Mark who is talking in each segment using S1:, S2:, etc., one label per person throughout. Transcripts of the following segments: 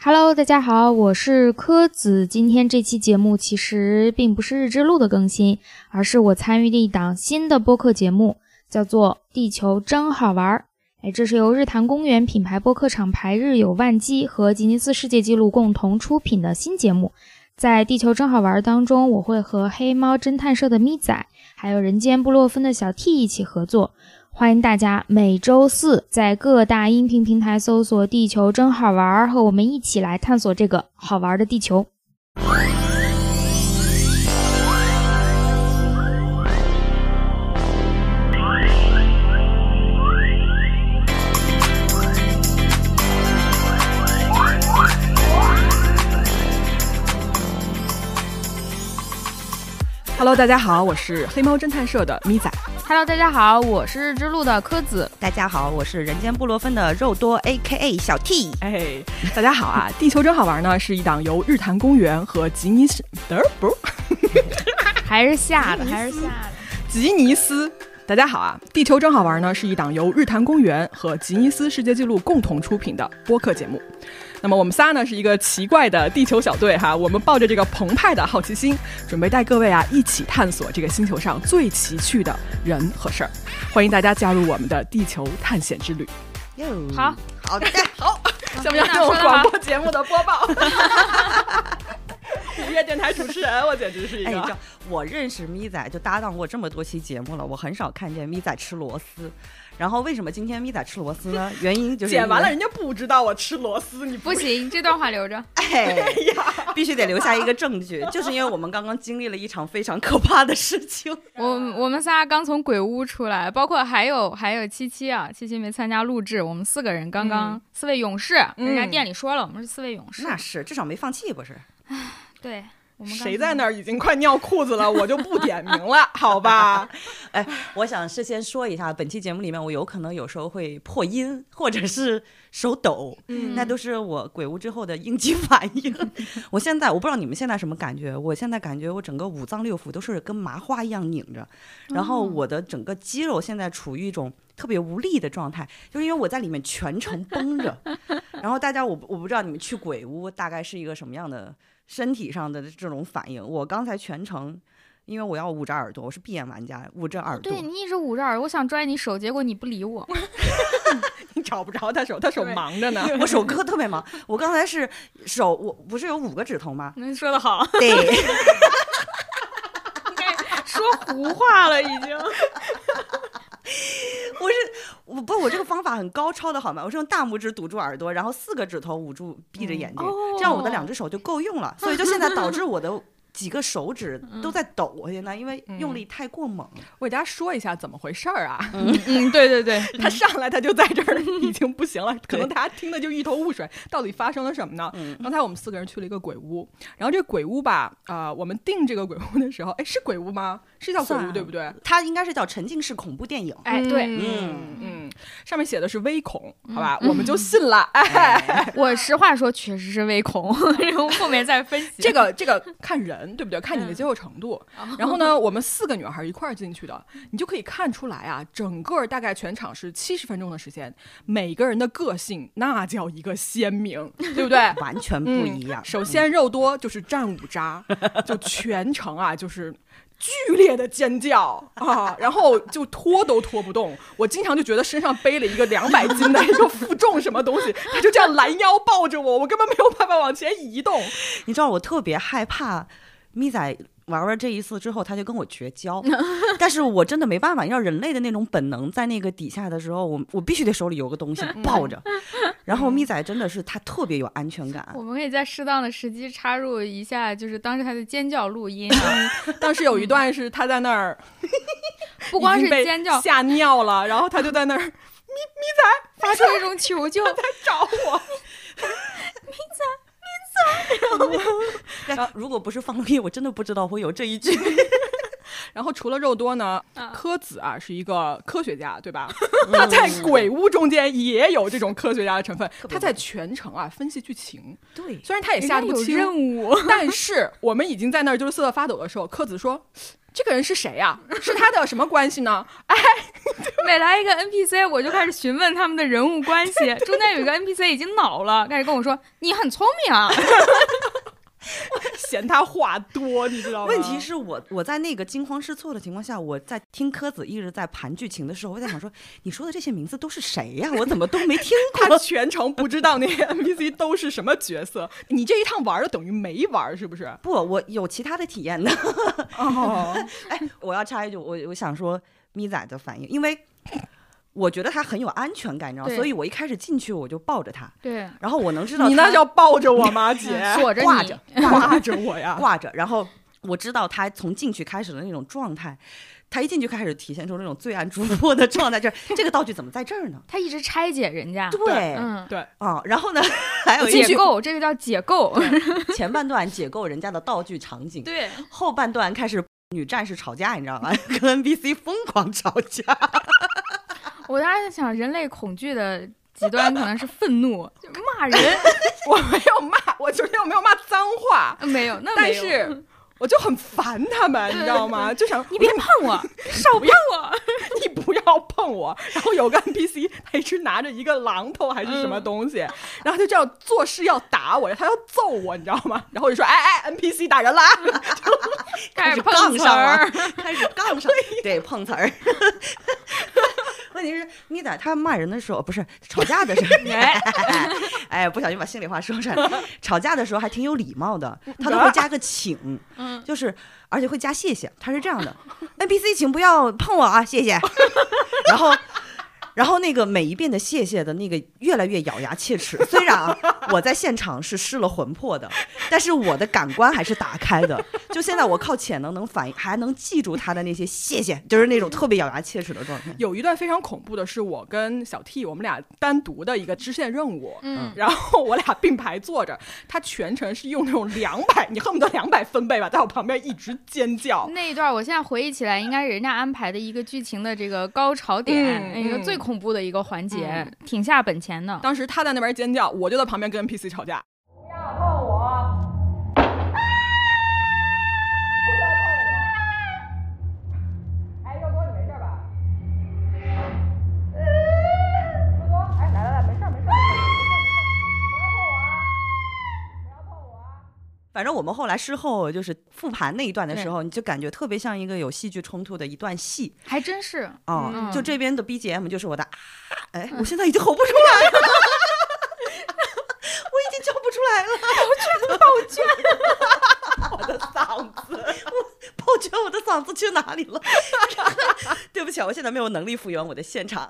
S1: Hello，大家好，我是柯子。今天这期节目其实并不是日之路的更新，而是我参与的一档新的播客节目，叫做《地球真好玩儿》。哎，这是由日坛公园品牌播客厂牌日有万机和吉尼斯世界纪录共同出品的新节目。在《地球真好玩》当中，我会和黑猫侦探社的咪仔，还有人间布洛芬的小 T 一起合作。欢迎大家每周四在各大音频平台搜索“地球真好玩”，和我们一起来探索这个好玩的地球。
S2: Hello，大家好，我是黑猫侦探社的咪仔。
S1: Hello，大家好，我是日之路的柯子。
S3: 大家好，我是人间布洛芬的肉多 A K A 小 T。
S2: 哎，大家好 啊！地球真好玩呢，是一档由日坛公园和吉尼斯呃不
S1: 还是吓的，还是吓的。
S2: 吉尼斯。大家好啊！地球真好玩呢，是一档由日坛公园和吉尼斯世界纪录共同出品的播客节目。那么我们仨呢是一个奇怪的地球小队哈，我们抱着这个澎湃的好奇心，准备带各位啊一起探索这个星球上最奇趣的人和事儿。欢迎大家加入我们的地球探险之旅。
S3: 哟
S1: 好，
S3: 好的，好，
S2: 像不像这种广播节目的播 报？午夜电台主持人，我简直是一
S3: 哎，
S2: 个。
S3: 这我认识咪仔就搭档过这么多期节目了，我很少看见咪仔吃螺丝。然后为什么今天咪仔吃螺丝 呢？原因就是因
S2: 剪
S3: 为
S2: 完了，人家不知道我吃螺丝，你不
S1: 行，这段话留 着。
S3: 哎呀，必须得留下一个证据，就是因为我们刚刚经历了一场非常可怕的事情。
S4: 我我们仨刚从鬼屋出来，包括还有还有七七啊，七七没参加录制，我们四个人刚刚、四位勇士，
S2: 嗯
S4: 人家店里说了，我们是四位勇士。
S3: 那是，至少没放弃，不是？
S4: 对，我们刚
S2: 谁在那儿已经快尿裤子 了，我就不点名了，好 吧？
S3: 哎，我想事先说一下，本期节目里面我有可能有时候会破音，或者是手抖，
S2: 嗯
S3: 那都是我鬼屋之后的应激反应。 我现在我不知道你们现在什么感觉，我现在感觉我整个五脏六腑都是跟麻花一样拧
S4: 哦
S3: 着，然后我的整个肌肉现在处于一种。特别无力的状态，就是因为我在里面全程绷 着。然后大家，我不我不知道你们去鬼屋大概是一个什么样的身体上的这种反应。我刚才全程，因为我要捂着耳朵，我是闭眼玩家，捂着耳朵。
S4: 哦对你一直捂着耳，我想拽你手，结果你不理 我。
S2: 你找不着他手，他手
S4: 对？
S2: 忙 着呢。
S3: 我手哥特别忙，我刚才是手，我不是有五个指头吗
S4: 那说的好，
S3: 对，
S4: 说胡话了已经。
S3: 我是我不，我这个方法很高超的好吗？我是用大拇指堵住耳朵，然后四个指头捂住闭着眼睛，
S2: 哦
S4: 哦
S3: 这样我的两只手就够用了。所以就现在导致我的几个手指
S2: 嗯
S3: 都在抖，我现在因为用力太过猛。
S2: 我给大家说一下怎么回事儿啊？
S4: 嗯，对 对对，
S2: 他上来他就在这 儿已经不行了，可能大家听的就一头雾水，到底发生了什么呢？
S3: 嗯
S2: 刚才我们四个人去了一个鬼屋，然后这鬼屋吧，啊、我们定这个鬼屋的时候，哎，是鬼屋吗？是叫鬼屋
S3: 算啊
S2: 对不对？
S3: 它应该是叫沉浸式恐怖电影。
S4: 哎对，
S2: 嗯
S3: 嗯
S2: 嗯，上面写的是微恐，好吧，
S4: 嗯
S2: 我们就信了。哎，
S4: 我实话说确实是微恐， 然后后面再分析
S2: 这个这个看人对不对？
S4: 嗯
S2: 看你的接受程度。
S4: 哦
S2: 然后呢，我们四个女孩一块儿进去的，你就可以看出来啊，整个大概全场是七十分钟的时间，每个人的个性那叫一个鲜明，对不对？
S3: 完全不
S2: 嗯
S3: 一样。
S2: 首先，肉多就是战五渣， 就全程啊，就是剧烈的尖叫啊，然后就拖都拖不动。我经常就觉得身上背了一个两百斤的一 个负重什么东西，他就这样拦腰抱着我，我根本没有办法往前移动。
S3: 你知道我特别害怕咪仔玩玩这一次之后，他就跟我绝 交。但是我真的没办法，你知道人类的那种本能在那个底下的时候，我我必须得手里有个东西
S2: 嗯
S3: 抱着。然后咪仔真的是他特别有安全感。
S4: 我们可以在适当的时机插入一下，就是当时他的尖叫录音啊，
S2: 当时有一段是他在那儿，
S4: 不光是
S2: 被
S4: 尖叫，
S2: 吓尿了，然后他就在那儿
S4: 发出一种 求救。
S2: 找我。
S3: 但如果不是放屁，我真的不知道会有这一句。
S2: 然后除了肉多呢，
S4: 啊
S2: 柯子啊是一个科学家，对 吧？他在
S4: 嗯
S2: 鬼屋中间也有这种科学家的成分，
S3: 别
S2: 他在全程啊分析剧情，
S3: 对，
S2: 虽然他也
S4: 人家
S2: 吓得不
S4: 有
S2: 轻，
S4: 任务，
S2: 但是我们已经在那 儿就是瑟瑟发抖的时候，柯子说。这个人是谁呀、是他的什么关系呢？哎，
S4: 每来一个 NPC，我就开始询问他们的人物关系。中间有一个 NPC 已经恼了，开始跟我说：“你很聪明啊。
S2: 嫌他话多，你知道吗？
S3: 问题是我我在那个惊慌失措的情况下，我在听柯子一直在盘剧情的时候，我在想说，你说的这些名字都是谁呀、我怎么都没听
S2: 他
S3: 过？
S2: 全程不知道那些 NPC 都是什么角色，你这一趟玩的等于没玩，是不是？
S3: 不，我有其他的体验的。
S2: 哦，
S3: 我要插一句，我我想说咪仔的反应，因为我觉得他很有安全感，你知道吗，
S4: 对
S3: 所以我一开始进去我就抱着他，”
S4: 对，嗯
S3: 然后我能知道
S2: 你那
S3: 他
S2: 叫抱着我 吗，姐？
S4: 锁着
S3: 挂
S4: 你
S3: 着，
S2: 挂着我呀！
S3: 挂着，然后我知道他从进去开始的那种状态，他一进去开始体现出那种罪案主播的状态， 就是这个道具怎么在这儿呢？
S4: 他一直拆解人家。
S3: 对，啊、
S4: 嗯，
S2: 对，
S3: 然 后呢，还有一
S4: 解构，这个叫解构。
S3: 前半段解构人家的道具场 景，
S4: 对，
S3: 后半段开始女战士吵架，你知道吗？ 跟 NPC 疯狂吵架，
S4: 我当时想，人类恐惧的极端可能是愤怒，就 骂人。
S2: 我没有骂，我首先我没有骂脏话，
S4: 没有，那
S2: 但
S4: 没有
S2: 是我就很烦他们，你知道吗？就想
S4: 你别碰 我，少碰我。
S2: 你不要碰我。然后有个 NPC，他一直拿着一个榔头还是什么东西，然后他就这样做事要打我，他要揍我，你知道吗？然后我就说，哎哎，NPC 打人啦！
S4: 开
S3: 始
S4: 始
S3: 杠
S4: 碰
S3: 上了
S4: 儿，，，
S3: 开始杠上，对，碰瓷儿。问题是，你在他骂人的时候，不是吵架的时候
S4: 哎，
S3: 哎，不小心把心里话说出来了。吵架的时候还挺有礼貌的，他都会加个请，
S4: 嗯，
S3: 就是而且会加谢谢。他是这样的，NPC 请不要碰我啊，谢 谢。然后，然后那个每一遍的谢谢的那个越来越咬牙切齿。虽然啊，我在现场是失了魂魄的，但是我的感官还是打开的。就现在我靠潜能能反应，还能记住他的那些谢谢，就是那种特别咬牙切齿的状态。
S2: 有一段非常恐怖的是，我跟小 T 我们俩单独的一个支线任务，
S4: 嗯，
S2: 然后我俩并排坐着，他全程是用那种两百，你恨不得两百分贝吧，在我旁边一直尖叫。
S4: 那一段我现在回忆起来，应该是人家安排的一个剧情的这个高潮点，
S2: 嗯
S4: 一个最恐怖的一个环节，
S3: 嗯
S4: 挺下本钱的。
S2: 当时他在那边尖叫，我就在旁边跟 NPC 吵架。
S3: 反正我们后来事后就是复盘那一段的时候，你就感觉特别像一个有戏剧冲突的一段戏
S4: 还真是，
S3: 啊、
S4: 嗯
S3: 就这边的 BGM 就是我的啊，哎，我现在已经吼不出来了，我已经叫不出来了， 我觉得我的嗓子去哪里了？ 对不起啊，我现在没有能力复原我的现场。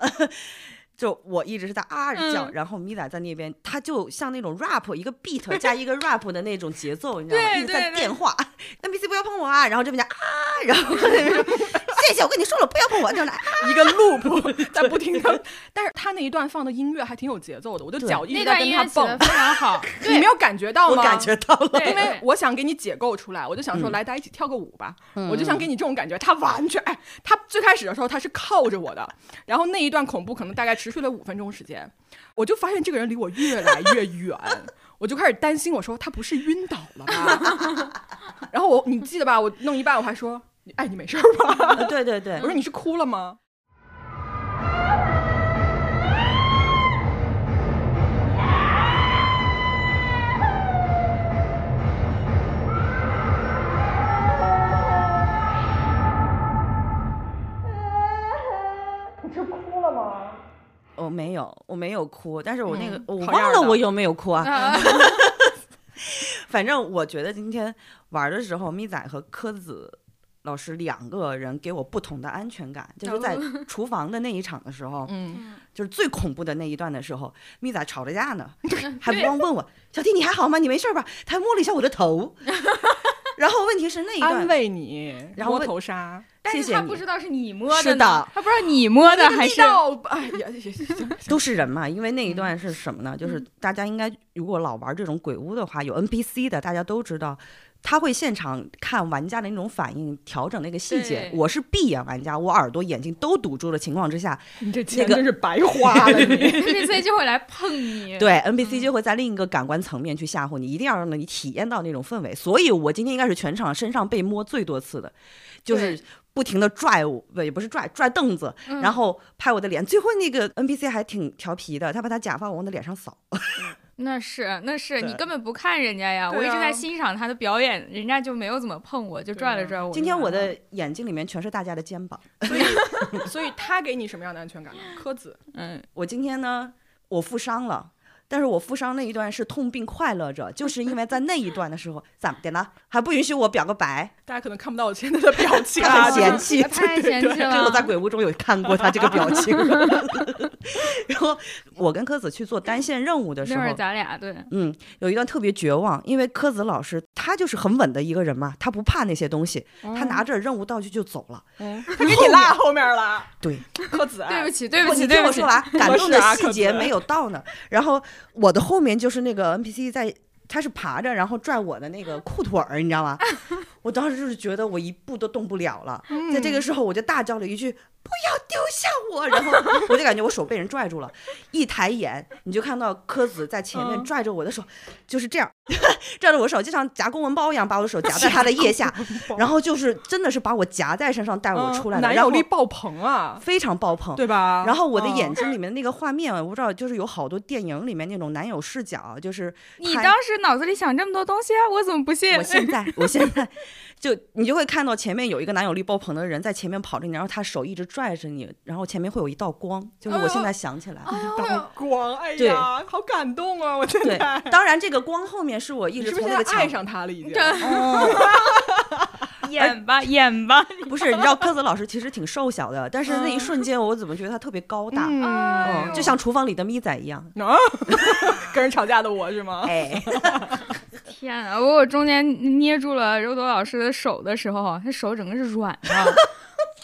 S3: 就我一直是在啊着叫，
S4: 嗯
S3: 然后米仔在那边，他就像那种 rap 一个 beat 加一个 rap 的那种节奏，你知道吗？一
S4: 对
S3: 直在
S4: 对对
S3: 电话，NPC 不要碰我啊，然后这边就啊，然后 那边说谢谢，我跟你说了，不要碰我，就来啊，
S2: 一个 loop 在不停的，但是他那一段放的音乐还挺有节奏的，我就
S3: 对
S2: 脚一
S4: 那
S2: 直在
S4: 段
S2: 跟
S4: 音
S2: 他
S4: 乐起的
S2: 蹦
S4: 非，常好，
S2: 你没有感觉到
S3: 我
S2: 吗？
S3: 感觉到 了，
S4: 对，
S2: 因为
S4: 对
S2: 我想给你解构出来，我就想说，
S3: 嗯
S2: 来，大家一起跳个舞吧。
S3: 嗯
S2: 我就想给你这种感觉。他完全，哎，他最开始的时候他是靠着我的，然后那一段恐怖可能大概持续了五分钟时间，我就发现这个人离我越来越远， 我就开始担心，我说他不是晕倒了吧？ 然后我，你记得吧？我弄一半我还说，哎，你没事儿吧？
S3: 对对对
S2: 我，说你是哭了吗？
S3: 我没有，我没有哭，但是我那个、我
S2: 好样
S3: 忘了
S2: 的
S3: 我有没有哭啊，
S4: 啊
S3: 反正我觉得今天玩的时候，咪仔和柯子老师两个人给我不同的安全感，就是在厨房的那一场的时候，
S2: 嗯，
S3: 就是最恐怖的那一段的时候，咪仔吵着架呢，还不忘问我小弟你还好吗？你没事吧？他还摸了一下我的头，然后问题是那一
S2: 安
S3: 段。
S2: 慰你，
S3: 然后
S2: 摸
S3: 问
S2: 头杀，
S4: 但
S3: 谢
S4: 是
S3: 谢
S4: 他
S3: 你
S4: 不知道是你摸的，
S3: 是的，
S4: 他不知道你摸的还
S2: 力
S4: 是
S2: 道哎呀，也也也
S3: 都是人嘛，因为那一段是
S4: 嗯
S3: 什么呢？就是大家应该如果老玩这种鬼屋的话，有 NPC 的，大家都知道，他会现场看玩家的那种反应，调整那个细节
S4: 对。
S3: 我是闭眼玩家，我耳朵、眼睛都堵住的情况之下，
S2: 你这钱
S3: 那个
S2: 真是白花了，你
S4: NPC 就会来碰 你。
S3: 对
S4: 嗯
S3: NPC 就会在另一个感官层面去吓唬你，一定要让你体验到那种氛围。所以我今天应该是全场身上被摸最多次的，就是
S4: 对
S3: 不停的拽我，不也不是拽，拽凳子，
S4: 嗯，
S3: 然后拍我的脸。最后那个 NPC 还挺调皮的，他把他假发往我的脸上扫。
S4: 那是那是
S3: 对
S4: 你根本不看人家呀，
S2: 对啊
S4: 我一直在欣赏他的表演，人家就没有怎么碰我，就拽了啊拽我。
S3: 啊今天我的眼睛里面全是大家的肩膀。
S2: 所以所以他给你什么样的安全感呢？柯子，
S4: 嗯，
S3: 我今天呢，我负伤了。但是我负伤那一段是痛并快乐着，就是因为在那一段的时候，咋的了？还不允许我表个白？
S2: 大家可能看不到我现在的表情
S3: 他
S2: 啊，
S3: 很嫌弃
S4: 他太嫌弃
S3: 这个我
S4: 了
S3: 在。鬼屋中有看过他这个表 情。然后我跟柯子去做单线任务的时
S4: 那
S3: 候
S4: 会儿，咱俩对，
S3: 嗯，有一段特别绝望，因为柯子老师他就是很稳的一个人嘛，他不怕那些东西，
S4: 哦
S3: 他拿着任务道具就走了。
S2: 他给你落后面了，
S3: 对，
S2: 柯子，哎
S4: 对不起，对
S3: 不
S4: 起，
S3: 哦你听
S4: 对不
S3: 我
S4: 起
S3: 说。完，感动的
S2: 是啊
S3: 细节
S2: 柯子
S3: 没有到呢。然后我的后面就是那个 NPC 在，他是爬着，然后拽我的那个裤腿儿，你知道吗？我当时就是觉得我一步都动不了了。在这个时候，我就大叫了一句：“不要丢下我！”然后我就感觉我手被人拽住了，一抬眼你就看到柯子在前面
S2: 嗯
S3: 拽着我的手，就是这样 拽着我的手，就像夹公文包一样把我的手夹在他的腋 下，然后就是真的是把我夹在身上带我出来
S2: 嗯
S3: 的，
S2: 男
S3: 然
S2: 友
S3: 后
S2: 力爆棚啊，
S3: 非常爆棚。
S2: 对吧？
S3: 然后我的
S2: 嗯
S3: 眼睛里面那个画面，我不知道，就是有好多电影里面那种男友视角，就是
S4: 你
S3: 他
S4: 当时脑子里想这么多东西啊，我怎么不信？
S3: 我现在，我现在就你就会看到前面有一个男友力爆棚的人在前面跑着你，然后他手一直拽着你，然后前面会有一道光，就是我
S2: 哎
S3: 现在想起来。
S2: 哦道光，哎
S3: 对
S2: 呀，好感动啊！我真
S3: 对
S2: 的，，
S3: 当然这个光后面是我一
S2: 你
S3: 直
S2: 是不是
S3: 从
S2: 现
S3: 那个
S2: 在
S3: 墙
S2: 爱上他了？已经，
S4: 这演吧演吧，
S3: 不是，你知道柯子老师其实挺瘦小的，但是那
S2: 嗯
S3: 一瞬间我怎么觉得他特别高大，嗯，
S4: 哎呦
S3: 就像厨房里的咪仔一样。
S2: 啊， 跟人吵架的我是吗？
S3: 哎，
S4: 天啊！我我中间捏住了肉朵老师的手的时候，啊他手整个是软的。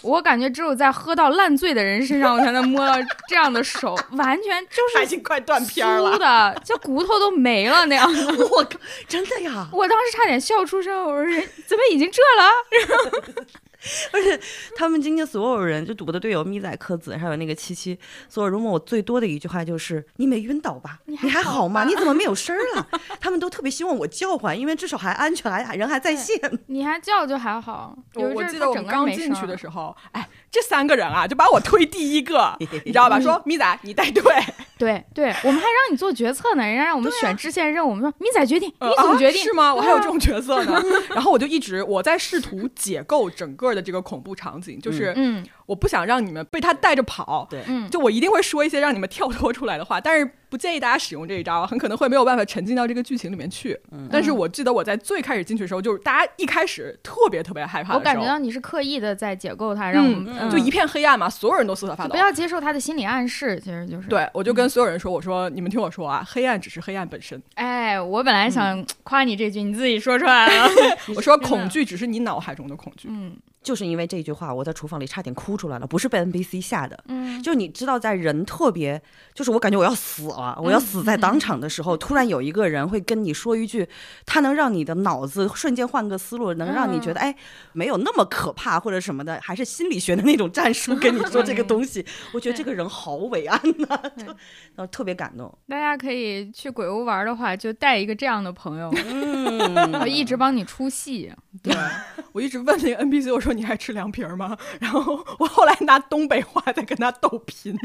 S4: 我感觉只有在喝到烂醉的人身上，我才能摸到这样的手，完全就
S2: 他已
S4: 是
S2: 经快断片儿
S4: 酥
S2: 了，
S4: 的，就骨头都没了那样。
S3: 我靠， 真的呀！
S4: 我当时差点笑出声，我说人怎么已经这了？
S3: 而且他们今天所有人，就我的队友咪仔、柯子，还有那个七七，所有人问我最多的一句话就是：“你没晕倒吧？你还好吗？你怎么没有声儿了？” 他们都特别希望我叫唤，因为至少还安全，还人还在线。
S4: 你还叫就还好，
S2: 我
S4: 有一
S2: 我
S4: 阵儿
S2: 记
S4: 他
S2: 得我
S4: 整
S2: 们
S4: 个
S2: 刚
S4: 人没
S2: 进
S4: 声
S2: 去
S4: 儿
S2: 的时候，哎，这三个人啊，就把我推第一 个，你知道吧？
S4: 嗯
S2: 说咪仔，你带队，
S4: 对对，我们还让你做决策呢，人家让我们选支线任务，我们说咪仔决定，你怎么
S2: 啊
S4: 决定？嗯
S2: 是吗？我还有这种角色 呢。然后我就一直我在试图解构整个的这个恐怖场景，就是
S4: 嗯
S2: 我不想让你们被他带着跑，
S3: 对
S4: 嗯，
S2: 就我一定会说一些让你们跳脱出来的话，但是不建议大家使用这一招，很可能会没有办法沉浸到这个剧情里面去。
S3: 嗯
S2: 但是我记得我在最开始进去的时候，就是大家一开始特别特别害怕
S4: 我
S2: 的
S4: 感
S2: 时候，
S4: 觉到你是刻意的在解构它，让我
S2: 嗯，
S4: 们、
S2: 嗯就一片黑暗嘛，所有人都瑟瑟发
S4: 就
S2: 抖
S4: 不。要接受他的心理暗示，其实就是。
S2: 对，我就跟所有人说：“我说你们听我说啊，黑暗只是黑暗本身。
S4: 哎，我本来想夸你这句，你自己说出来了。
S2: 我说
S4: 真的
S2: 恐惧只是你脑海中的恐惧。
S4: 嗯
S3: 就是因为这句话，我在厨房里差点哭出来了，不是被 NPC 吓的。
S4: 嗯，
S3: 就你知道，在人特别，就是我感觉我要死了，我要死在当场的时候，突然有一个人会跟你说一句，他能让你的脑子瞬间换个思路，能让你觉得哎，没有那么可怕或者什么的，还是心理学的那种战术跟你说这个东 西，我觉得这个人好伟岸呐、就然后特别感动。
S4: 大家可以去鬼屋玩的话，就带一个这样的朋友，
S3: 嗯，
S4: 我一直帮你出戏。
S2: 对， 我一直问那个 NPC，我说你还吃凉皮儿吗？然后我后来拿东北话在跟他斗拼，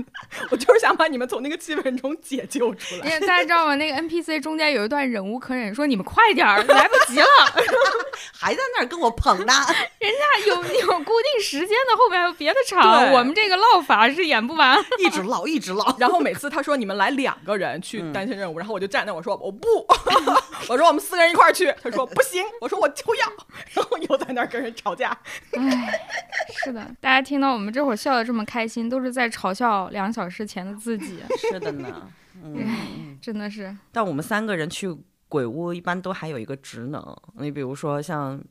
S2: 我就是想把你们从那个气氛中解救出来
S4: 因。为大家知道吗？那个 NPC 中间有一段忍无可忍，说你们快点儿，来不及了，
S3: 还在那儿跟我捧 呢，
S4: 那有有固定时间的，后面还有别的场，
S2: 对
S4: 我们这个唠法是演不完。
S3: 一直唠，一直唠。
S2: 然后每次他说你们来两个人去单线任务，然后我就站那我说我不， 我说我们四个人一块儿去，他说不行，我说我就要， 然后又在那儿跟人吵架。
S4: 唉，是的，大家听到我们这会儿笑得这么开心，都是在嘲笑两小时前的自己，
S3: 是的呢，嗯。
S4: 真的是。
S3: 但我们三个人去鬼屋一般都还有一个职能，你比如说像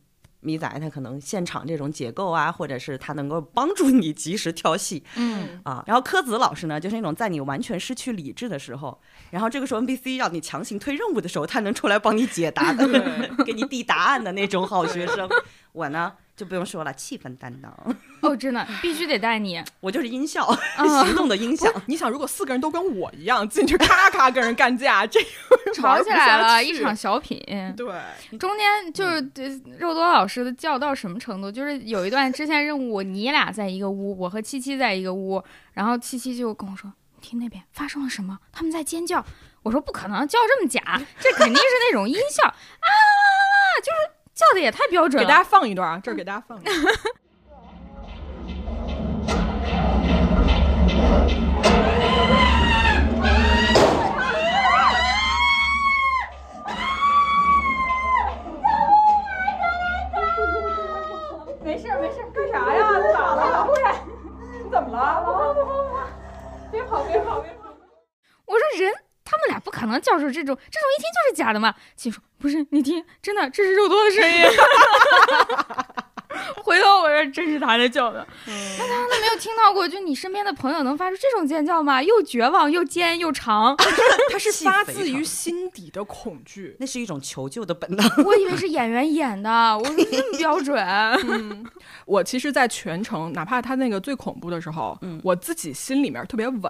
S3: 迷仔他可能现场这种结构啊，或者是他能够帮助你及时挑戏
S4: 嗯，
S3: 啊。然后柯子老师呢，就是那种在你完全失去理智的时候，然后这个时候 NPC 让你强行推任务的时候，他能出来帮你解答的， 给你递答案的那种好学生。我呢就不用说了，气氛担当，
S4: 哦，真的必须 得带你，
S3: 我就是音效，
S4: 啊
S3: 行动的
S2: 哦
S3: 音
S2: 不是
S3: 效。
S2: 你想，如果四个人都跟我一样进去，咔咔跟人干架，这个
S4: 吵起来
S2: 玩
S4: 了，
S2: 不下
S4: 一
S2: 去嗯
S4: 场小品。
S2: 对，
S4: 中间就是对肉多老师的叫到什么程度？就是有一段支线任务，你俩在一个屋，我和七七在一个屋，然后七七就跟我说：“你听那边发生了什么？他们在尖叫。”我说：“不可能，叫这么假，这肯定是那种音效啊，就是叫的也太标准
S2: 给
S4: 了。”
S2: 大家放一段啊，这儿给大家放一段。
S4: 我说人，他们俩不可能叫出这种，这种一听就是假的嘛。七说不是，你听，真的，这是肉多的声音。 回头我说真是他在叫的，那他们没有听到过，就你身边的朋友能发出这种尖叫吗？又绝望又尖又长，
S2: 他是
S3: 气
S2: 发
S3: 非
S2: 自于
S3: 常
S2: 心底的恐惧。
S3: 那是一种求救的本能。
S4: 我以为是演员演的，我说这么标准，
S2: 我其实，在全程，哪怕他那个最恐怖的时候，
S3: 嗯
S2: 我自己心里面特别稳，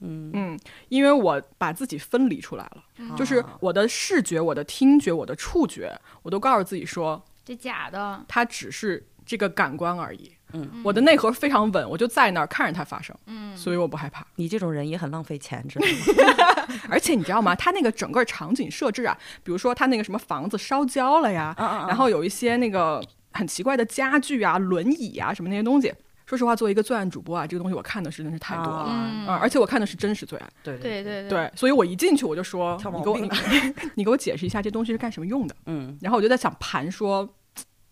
S3: 嗯，
S2: 嗯，因为我把自己分离出来了，就是我的视觉、我的听觉、我的触觉，我都告诉自己说，
S4: 这假的，
S2: 它只是这个感官而已。
S3: 嗯
S2: 我的内核非常稳，我就在那儿看着它发生，
S4: 嗯，
S2: 所以我不害怕。
S3: 你这种人也很浪费钱，知道吗？
S2: 而且你知道吗？它那个整个场景设置啊，比如说它那个什么房子烧焦了
S3: 啊
S2: 呀，然后有一些那个很奇怪的家具啊、轮椅啊什么那些东西。说实话，作为一个罪案主播啊，这个东西我看的是真是太多了。
S3: 啊
S4: 嗯
S2: 嗯，，而且我看的是真实罪案，
S3: 对
S4: 对对，
S2: 对，所以我一进去我就说，
S3: 挑毛
S2: 你给我
S3: 病
S2: 你 你给我解释一下这东西是干什么用的。
S3: 嗯，
S2: 然后我就在想盘说，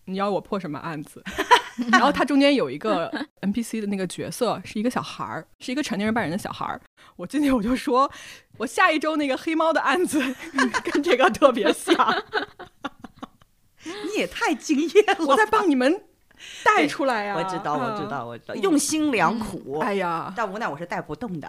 S2: 你要我破什么案子？ 然后它中间有一个 NPC 的那个角色是一个小孩儿，是一个成年人扮演的小孩儿。我进去我就说，我下一周那个黑猫的案子跟这个特别像，
S3: 你也太敬业了。
S2: 我在帮你们带出来呀、
S3: 我知道，我知
S2: 嗯。
S3: 道，我知道，用心良苦。
S2: 哎呀，
S3: 嗯但无奈我是带不动的。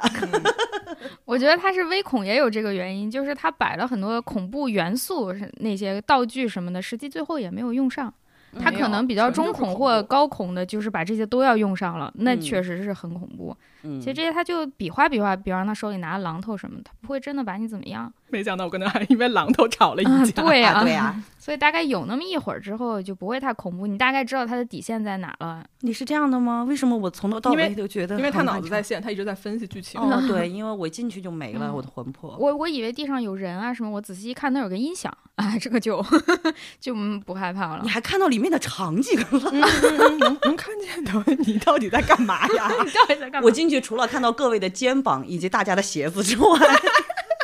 S4: 我觉得他是微恐也有这个原因，就是他摆了很多恐怖元素，是那些道具什么的，实际最后也没有用上。
S3: 嗯
S4: 他可能比较中恐或高恐的，就是把这些都要用上了，那
S3: 嗯
S4: 确实是很恐怖。
S3: 嗯，
S4: 其实这些他就比划比划，比方他手里拿榔头什么的，他不会真的把你怎么样。
S2: 没想到我跟他还因为榔头吵了一
S4: 啊
S2: 架。
S4: 对
S3: 啊
S4: 啊，
S3: 对 啊，
S4: 所以大概有那么一会儿之后，就不会太恐怖，你大概知道他的底线在哪了。
S3: 你是这样的吗？为什么我从头到
S2: 因为
S3: 尾都觉得
S2: 因为他
S3: 很
S2: 脑
S3: 漫
S2: 子在
S3: 长
S2: 线，他一直在分析剧情。
S3: 哦， 对，因为我进去就没了
S4: 嗯
S3: 我的魂魄。
S4: 我我以为地上有人啊什么，我仔细一看，那有个音响，哎，这个就 就嗯不害怕了
S3: 你。还看到里面的场景了？
S2: 嗯嗯嗯能能看见的，你到底在干嘛呀？
S4: 你到底在干嘛
S3: 我？进去除了看到各位的肩膀以及大家的鞋子之外，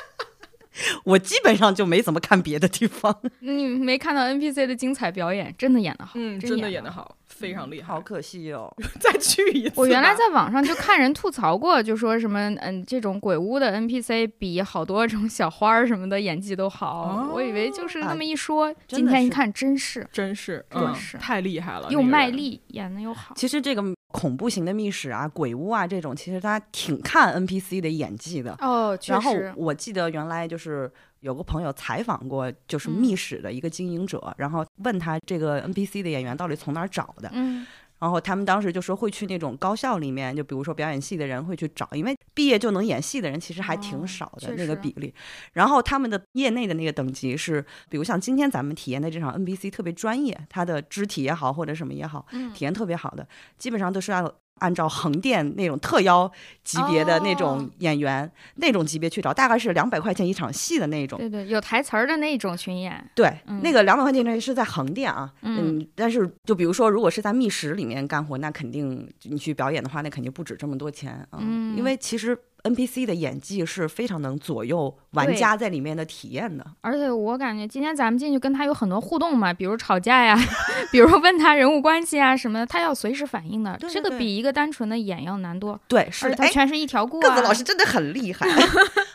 S3: 我基本上就没怎么看别的地方，
S4: 你没看到 NPC 的精彩表演，真的演得好。
S2: 嗯，
S4: 真
S2: 真的
S4: 演
S2: 演
S4: 得
S2: 得好，非常厉害。
S3: 好可惜哦。
S2: 再去一次吧。
S4: 我原来在网上就看人吐槽过，就说什么嗯，这种鬼屋的 NPC 比好多这种小花儿什么的演技都好。
S2: 哦
S4: 我以为就是那
S3: 啊
S4: 么一说，
S3: 真
S4: 今
S3: 的
S4: 天一
S3: 是
S4: 看真是啊
S2: 真是，
S4: 真
S2: 嗯
S4: 是
S2: 太厉害了，
S4: 又
S2: 那个
S4: 卖
S2: 人。
S4: 力，演的又好。
S3: 其实这个恐怖型的密室啊、鬼屋啊这种，其实它挺看 NPC 的演技的。
S4: 哦，确
S3: 然后
S4: 实，
S3: 我记得原来就是有个朋友采访过，就是
S4: 嗯
S3: 密室的一个经营者，然后问他这个 NPC 的演员到底从哪儿找的，
S4: 嗯，
S3: 然后他们当时就说会去那种高校里面，就比如说表演系的人会去找，因为毕业就能演戏的人其实还
S4: 哦
S3: 挺少的、
S4: 确
S3: 那个
S4: 实
S3: 比例。然后他们的业内的那个等级是，比如像今天咱们体验的这场 NBC 特别专业，他的肢体也好或者什么也好，
S4: 嗯
S3: 体验特别好的，基本上都是按按照横店那种特邀级别的那
S4: 哦
S3: 种演员、那种级别去找，大概是两百块钱一场戏的那种。
S4: 对对，有台词儿的那种群演，
S3: 对，
S4: 嗯
S3: 那个两百块钱那是在横店啊，
S4: 嗯，
S3: 但是就比如说，如果是在密室里面干活，那肯定你去表演的话，那肯定不止这么多钱啊，
S4: 嗯
S3: 因为其实 NPC 的演技是非常能左右玩
S4: 对
S3: 家在里面的体验的，
S4: 而且我感觉今天咱们进去跟他有很多互动嘛，比如吵架呀， 比如问他人物关系啊什么的，他要随时反应的。
S3: 对对
S4: 这个
S3: 对
S4: 比一个单纯的演要难多，
S3: 对，
S4: 而
S3: 是
S4: 且
S3: 的，
S4: 他
S3: 哎，
S4: 全是一条过、啊。
S3: 个 子老师真的很厉害，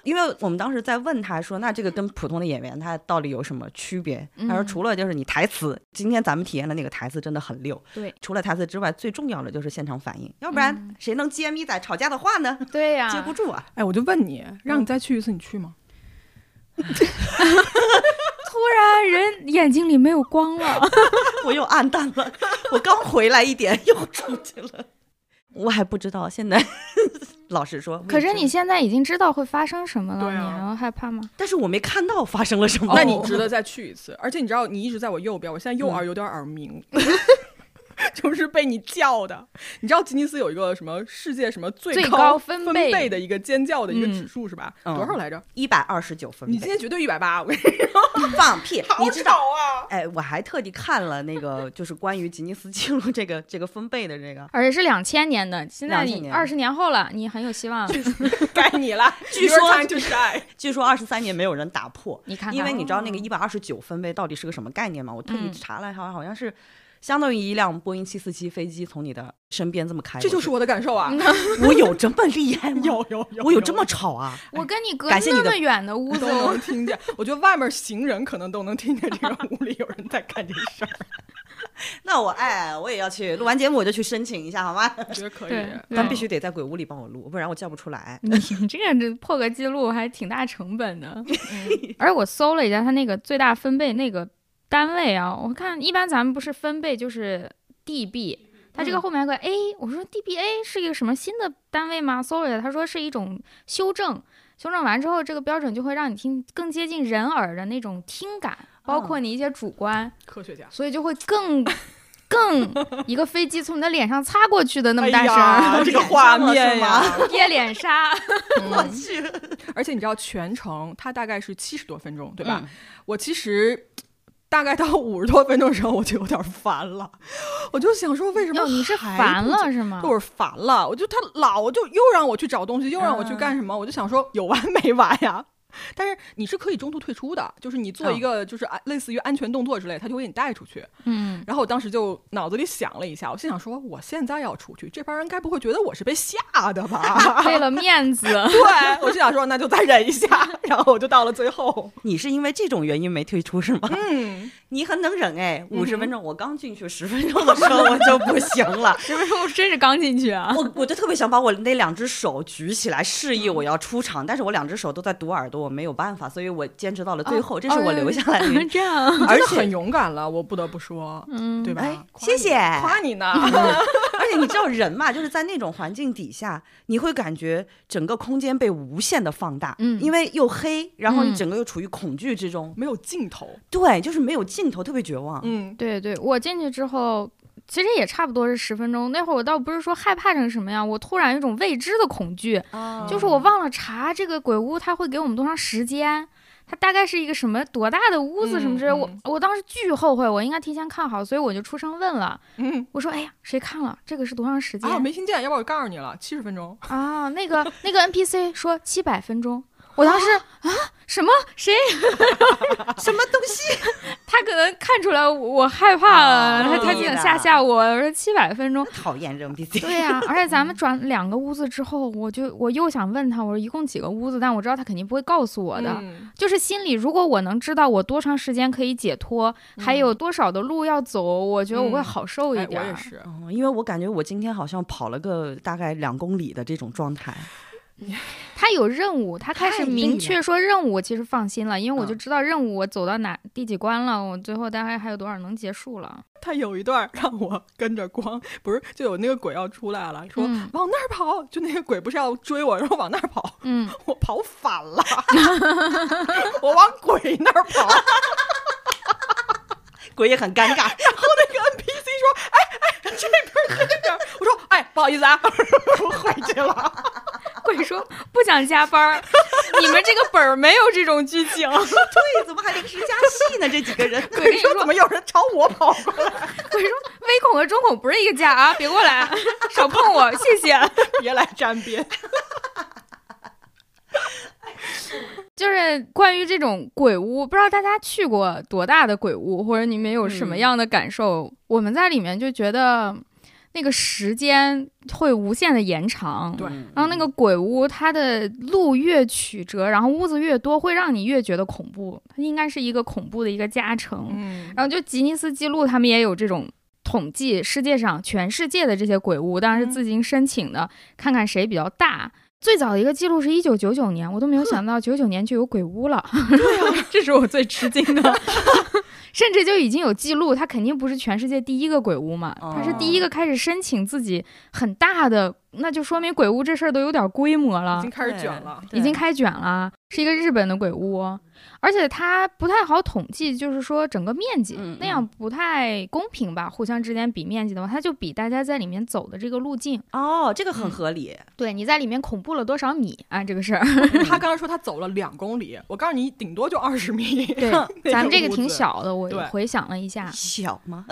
S3: 因为我们当时在问他说，那这个跟普通的演员他到底有什么区别？他说
S4: 嗯
S3: 除了就是你台词，今天咱们体验的那个台词真的很溜。
S4: 对，嗯
S3: 除了台词之外，最重要的就是现场反应，要不然谁能接咪仔吵架的话呢？
S4: 对呀、
S3: 接不住啊！
S2: 哎，我就问你，让你再去一次，你去吗？
S4: 突然人眼睛里没有光了。
S3: 我又暗淡了， 我刚回来一点又出去了。我还不知道，现在 老实说，
S4: 可是
S3: 未知
S4: 你，现在已经知道会发生什么了，
S2: 对啊
S4: 你还会害怕吗？
S3: 但是我没看到发生了什
S4: 哦
S3: 么。
S2: 哦那你值得再去一次。而且你知道，你一直在我右边，我现在右耳有点耳鸣，就是被你叫的。你知道吉尼斯有一个什么世界什么最
S4: 最
S2: 高
S4: 高
S2: 分
S4: 分
S2: 贝
S4: 贝
S2: 的一个尖叫的一个指
S4: 嗯
S2: 数是吧？
S3: 嗯
S2: 多少来着？
S3: 一百二十九分
S2: 你
S3: 贝，
S2: 今天绝对一百八，我跟你
S3: 放屁！你知
S2: 吵
S3: 道？
S2: 啊！
S3: 哎，我还特地看了那个，就是关于吉尼斯纪录这个这个分贝的这个。
S4: 而且是两千年的，现在
S3: 2000
S4: 你
S3: 年
S4: 二十年后了，你很有希望。
S2: 该你了，
S3: 据
S2: Your
S3: 说
S2: time to shine
S3: 据说二十三年没有人打破，
S4: 你看看，
S3: 因为你嗯知道那个一百二十九分贝到底是个什么概念吗？我特意查了，好像好像是相当于一辆波音七四七飞机从你的身边这么开过去。
S2: 这就是我的感受啊！
S3: 我有这么厉害吗？
S2: 有有有，
S3: 我有这么吵啊？
S4: 我跟你隔
S3: 感谢你
S4: 那
S3: 的
S4: 么远的屋子，
S2: 都能听见。我觉得外面行人可能都能听见这个屋里有人在干这事儿，
S3: 那我哎，我也要去录完节目我就去申请一下好吗？嗯
S2: 我觉得可以啊
S4: 对。
S3: 但必须得在鬼屋里帮我录，不然我叫不出来。
S4: 你 这个这破个记录还挺大成 本的。
S2: 嗯
S4: 而我搜了一下，它那个最大分贝那个单位啊，我看一般咱们不是分贝就是 dB，它
S2: 嗯
S4: 这个后面还有个 A，、我说 dBA 是一个什么新的单位吗？搜了一下，他说是一种修正。修正完之后，这个标准就会让你听更接近人耳的那种听感，包
S2: 嗯
S4: 括你一些主观，
S2: 科学 家
S4: 所以就会更 更一个飞机从你的脸上擦过去的那么大
S2: 哎
S4: 声
S2: 呀
S3: 啊
S4: 儿，
S2: 这个画面呀！
S4: 憋脸杀。
S3: 我去，
S2: 而且你知道全程它大概是七十多分钟，对
S4: 嗯
S2: 吧？我其实大概到五十多分钟的时候，我就有点烦了，我就想说为什么
S4: 哟，你是
S2: 还
S4: 烦
S2: 不
S4: 了是吗？
S2: 就是烦了，我就他老就又让我去找东西，又让我去
S4: 嗯
S2: 干什么，我就想说有完没完呀？ 但是你是可以中途退出的，就是你做一个就是安类似于安全动作之类，他就会给你带出去。
S4: 嗯，
S2: 然后我当时就脑子里想了一下，我心想说，我现在要出去，这帮人该不会觉得我是被吓的吧？
S4: 为了面 子，
S2: 对，我就想说那就再忍一下，然后我就到了最后，
S3: 你是因为这种原因没退出是吗？
S2: 嗯，
S3: 你很能忍哎，五十分钟，我刚进去十分钟的时 候我就不行了，
S4: 是不是我真是刚进 去啊？
S3: 我我就特别想把我那两只手举起来，示意我要出场，但是我两只手都在堵耳朵，我没有办法，所以我坚持到了最后，这是我留下来的
S2: 嗯
S3: 原因。
S4: 这样，
S3: 而
S2: 真的
S3: 且
S2: 很勇敢了，我不得不说，
S4: 嗯，
S2: 对吧？
S3: 哎
S2: 夸你
S3: 谢谢
S2: 夸你呢。
S3: 而且你知道人嘛，就是在那种环境底下，你会感觉整个空间被无限的放大，
S4: 嗯
S3: 因为又黑，然后你
S4: 嗯
S3: 整个又处于恐惧之中，
S2: 没有尽头，
S3: 对，就是没有尽头，特别绝望。
S2: 嗯，
S4: 对对，我进去之后。其实也差不多是十分钟。那会儿我倒不是说害怕成什么样，我突然有一种未知的恐惧，
S3: 啊
S4: 就是
S2: 嗯
S4: 我忘了查这个鬼屋它会给我们多长时间，它大概是一个什么多大的屋子什么之类。
S2: 嗯
S4: 我我当时巨后悔，我应该提前看好，所以我就出声问了，
S2: 嗯
S4: 我说：“哎呀，谁看了这个是多长时间？”
S2: 啊，我没听见，要不然我告诉你了，七十分钟。
S4: 啊，那个那个 NPC 说七百分钟，我当
S2: 哦
S4: 时啊什么谁
S3: 什么东西？
S4: 他可能看出来我我害怕了，
S3: 啊
S2: 哦
S4: 他他
S3: 故
S4: 就
S3: 意的。
S4: 想吓吓我，我说七百分钟
S3: 讨厌人 NPC。
S4: 对呀、而且咱们转两个屋子之后，我就我又想问他，我说一共几个屋子？但我知道他肯定不会告诉我的，
S2: 嗯
S4: 就是心里如果我能知道我多长时间可以解脱，还有多少的路要走，我觉得我会
S2: 嗯
S4: 好受
S2: 哎
S4: 一
S2: 我
S4: 点。
S2: 也是，
S3: 嗯，因为我感觉我今天好像跑了个大概两公里的这种状态，
S4: 他有任务，他开
S3: 太
S4: 始
S3: 累
S4: 明
S3: 了
S4: 确说任务，我其实放心了，因为我就
S3: 嗯
S4: 知道任务我走到哪第几关了，我最后大概还有多少能结束了。
S2: 他有一段让我跟着光，不是就有那个鬼要出来了，说
S4: 嗯
S2: 往那儿跑，就那个鬼不是要追我，然后往那儿跑，
S4: 嗯，
S2: 我跑反了，我往鬼那儿跑。
S3: 鬼也很尴尬。
S2: 那个 NPC 说：“哎哎，这边儿这边儿。”我说：“哎，不好意思啊，我回去了。
S4: 鬼说不想加班儿，你们这个本儿没有这种剧 情。
S3: 对， 怎么还临时加戏呢？这几个人，
S4: 鬼跟你说，
S2: 怎么有人朝我跑过来？
S4: 鬼说微恐和中恐不是一个家啊，别过来， 少碰我，谢谢。
S2: 别来沾边。
S4: 就是关于这种鬼屋，不知道大家去过
S3: 嗯
S4: 多大的鬼屋，或者你们有什么样的感受？我们在里面就觉得。那个时间会无限的延长。
S2: 对
S3: 嗯
S4: 然后那个鬼屋，它的路越曲折，然后屋子越多，会让你越觉得恐怖。它应该是一个恐怖的一个加成。
S2: 嗯
S4: 然后就吉尼斯纪录，他们也有这种统计，世界上全世界的这些鬼屋，当
S2: 嗯
S4: 然是自行申请的，看看谁比较大。最早的一个记录是一九九九年，我都没有想到九九年就有鬼屋了，
S1: 这是我最
S3: 嗯
S1: 吃惊的。
S4: 甚至就已经有记录。它肯定不是全世界第一个鬼屋嘛，它是
S2: 哦
S4: 第一个开始申请自己很大的，那就说明鬼屋这事儿都有点规模了
S2: 已经。开始卷了，
S3: 对
S4: 已经开卷了，是一个日本的鬼屋，而且它不太好统计，就是说整个面积、
S3: 嗯嗯
S4: 那样不太公平吧？互相之间比面积的话，它就比大家在里面走的这个路径，
S3: 哦，这个很合 理。
S4: 对你在里面恐怖了多少米啊？这个事儿，
S2: 他刚刚说他走了两公里，我告诉你，顶多就二十米。
S4: 对，咱们这个挺小的，我
S2: 对
S4: 回想了一下，
S3: 小吗？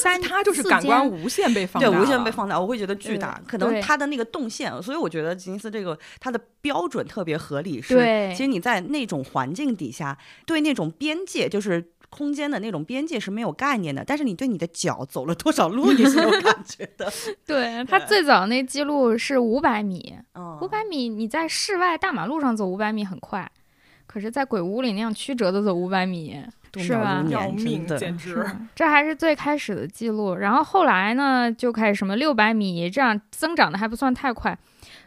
S4: 三
S2: 他就是感官无限被放大
S3: 对，
S2: 了，
S3: 无限被放大，我会觉得巨大，可能
S4: 对
S3: 它的那个动线，所以我觉得吉尼斯这个它的标准特别合理。是
S4: 对
S3: 其实你在那种环境底下，对那种边界就是。空间的那种边界是没有概念的，但是你对你的脚走了多少路你是有感觉的。
S4: 对它
S3: 对
S4: 最早那记录是五百米，
S3: 嗯
S4: 五百米你在室外大马路上走五百米很快，可是，在鬼屋里那样曲折的走五百米，
S3: 度
S4: 是
S3: 秒
S4: 吧
S3: 如
S2: 要
S3: 年，
S2: 命
S3: 真，的
S2: 简直。
S4: 这还是最开始的记录，然后后来呢，就开始什么六百米这样增长的还不算太快。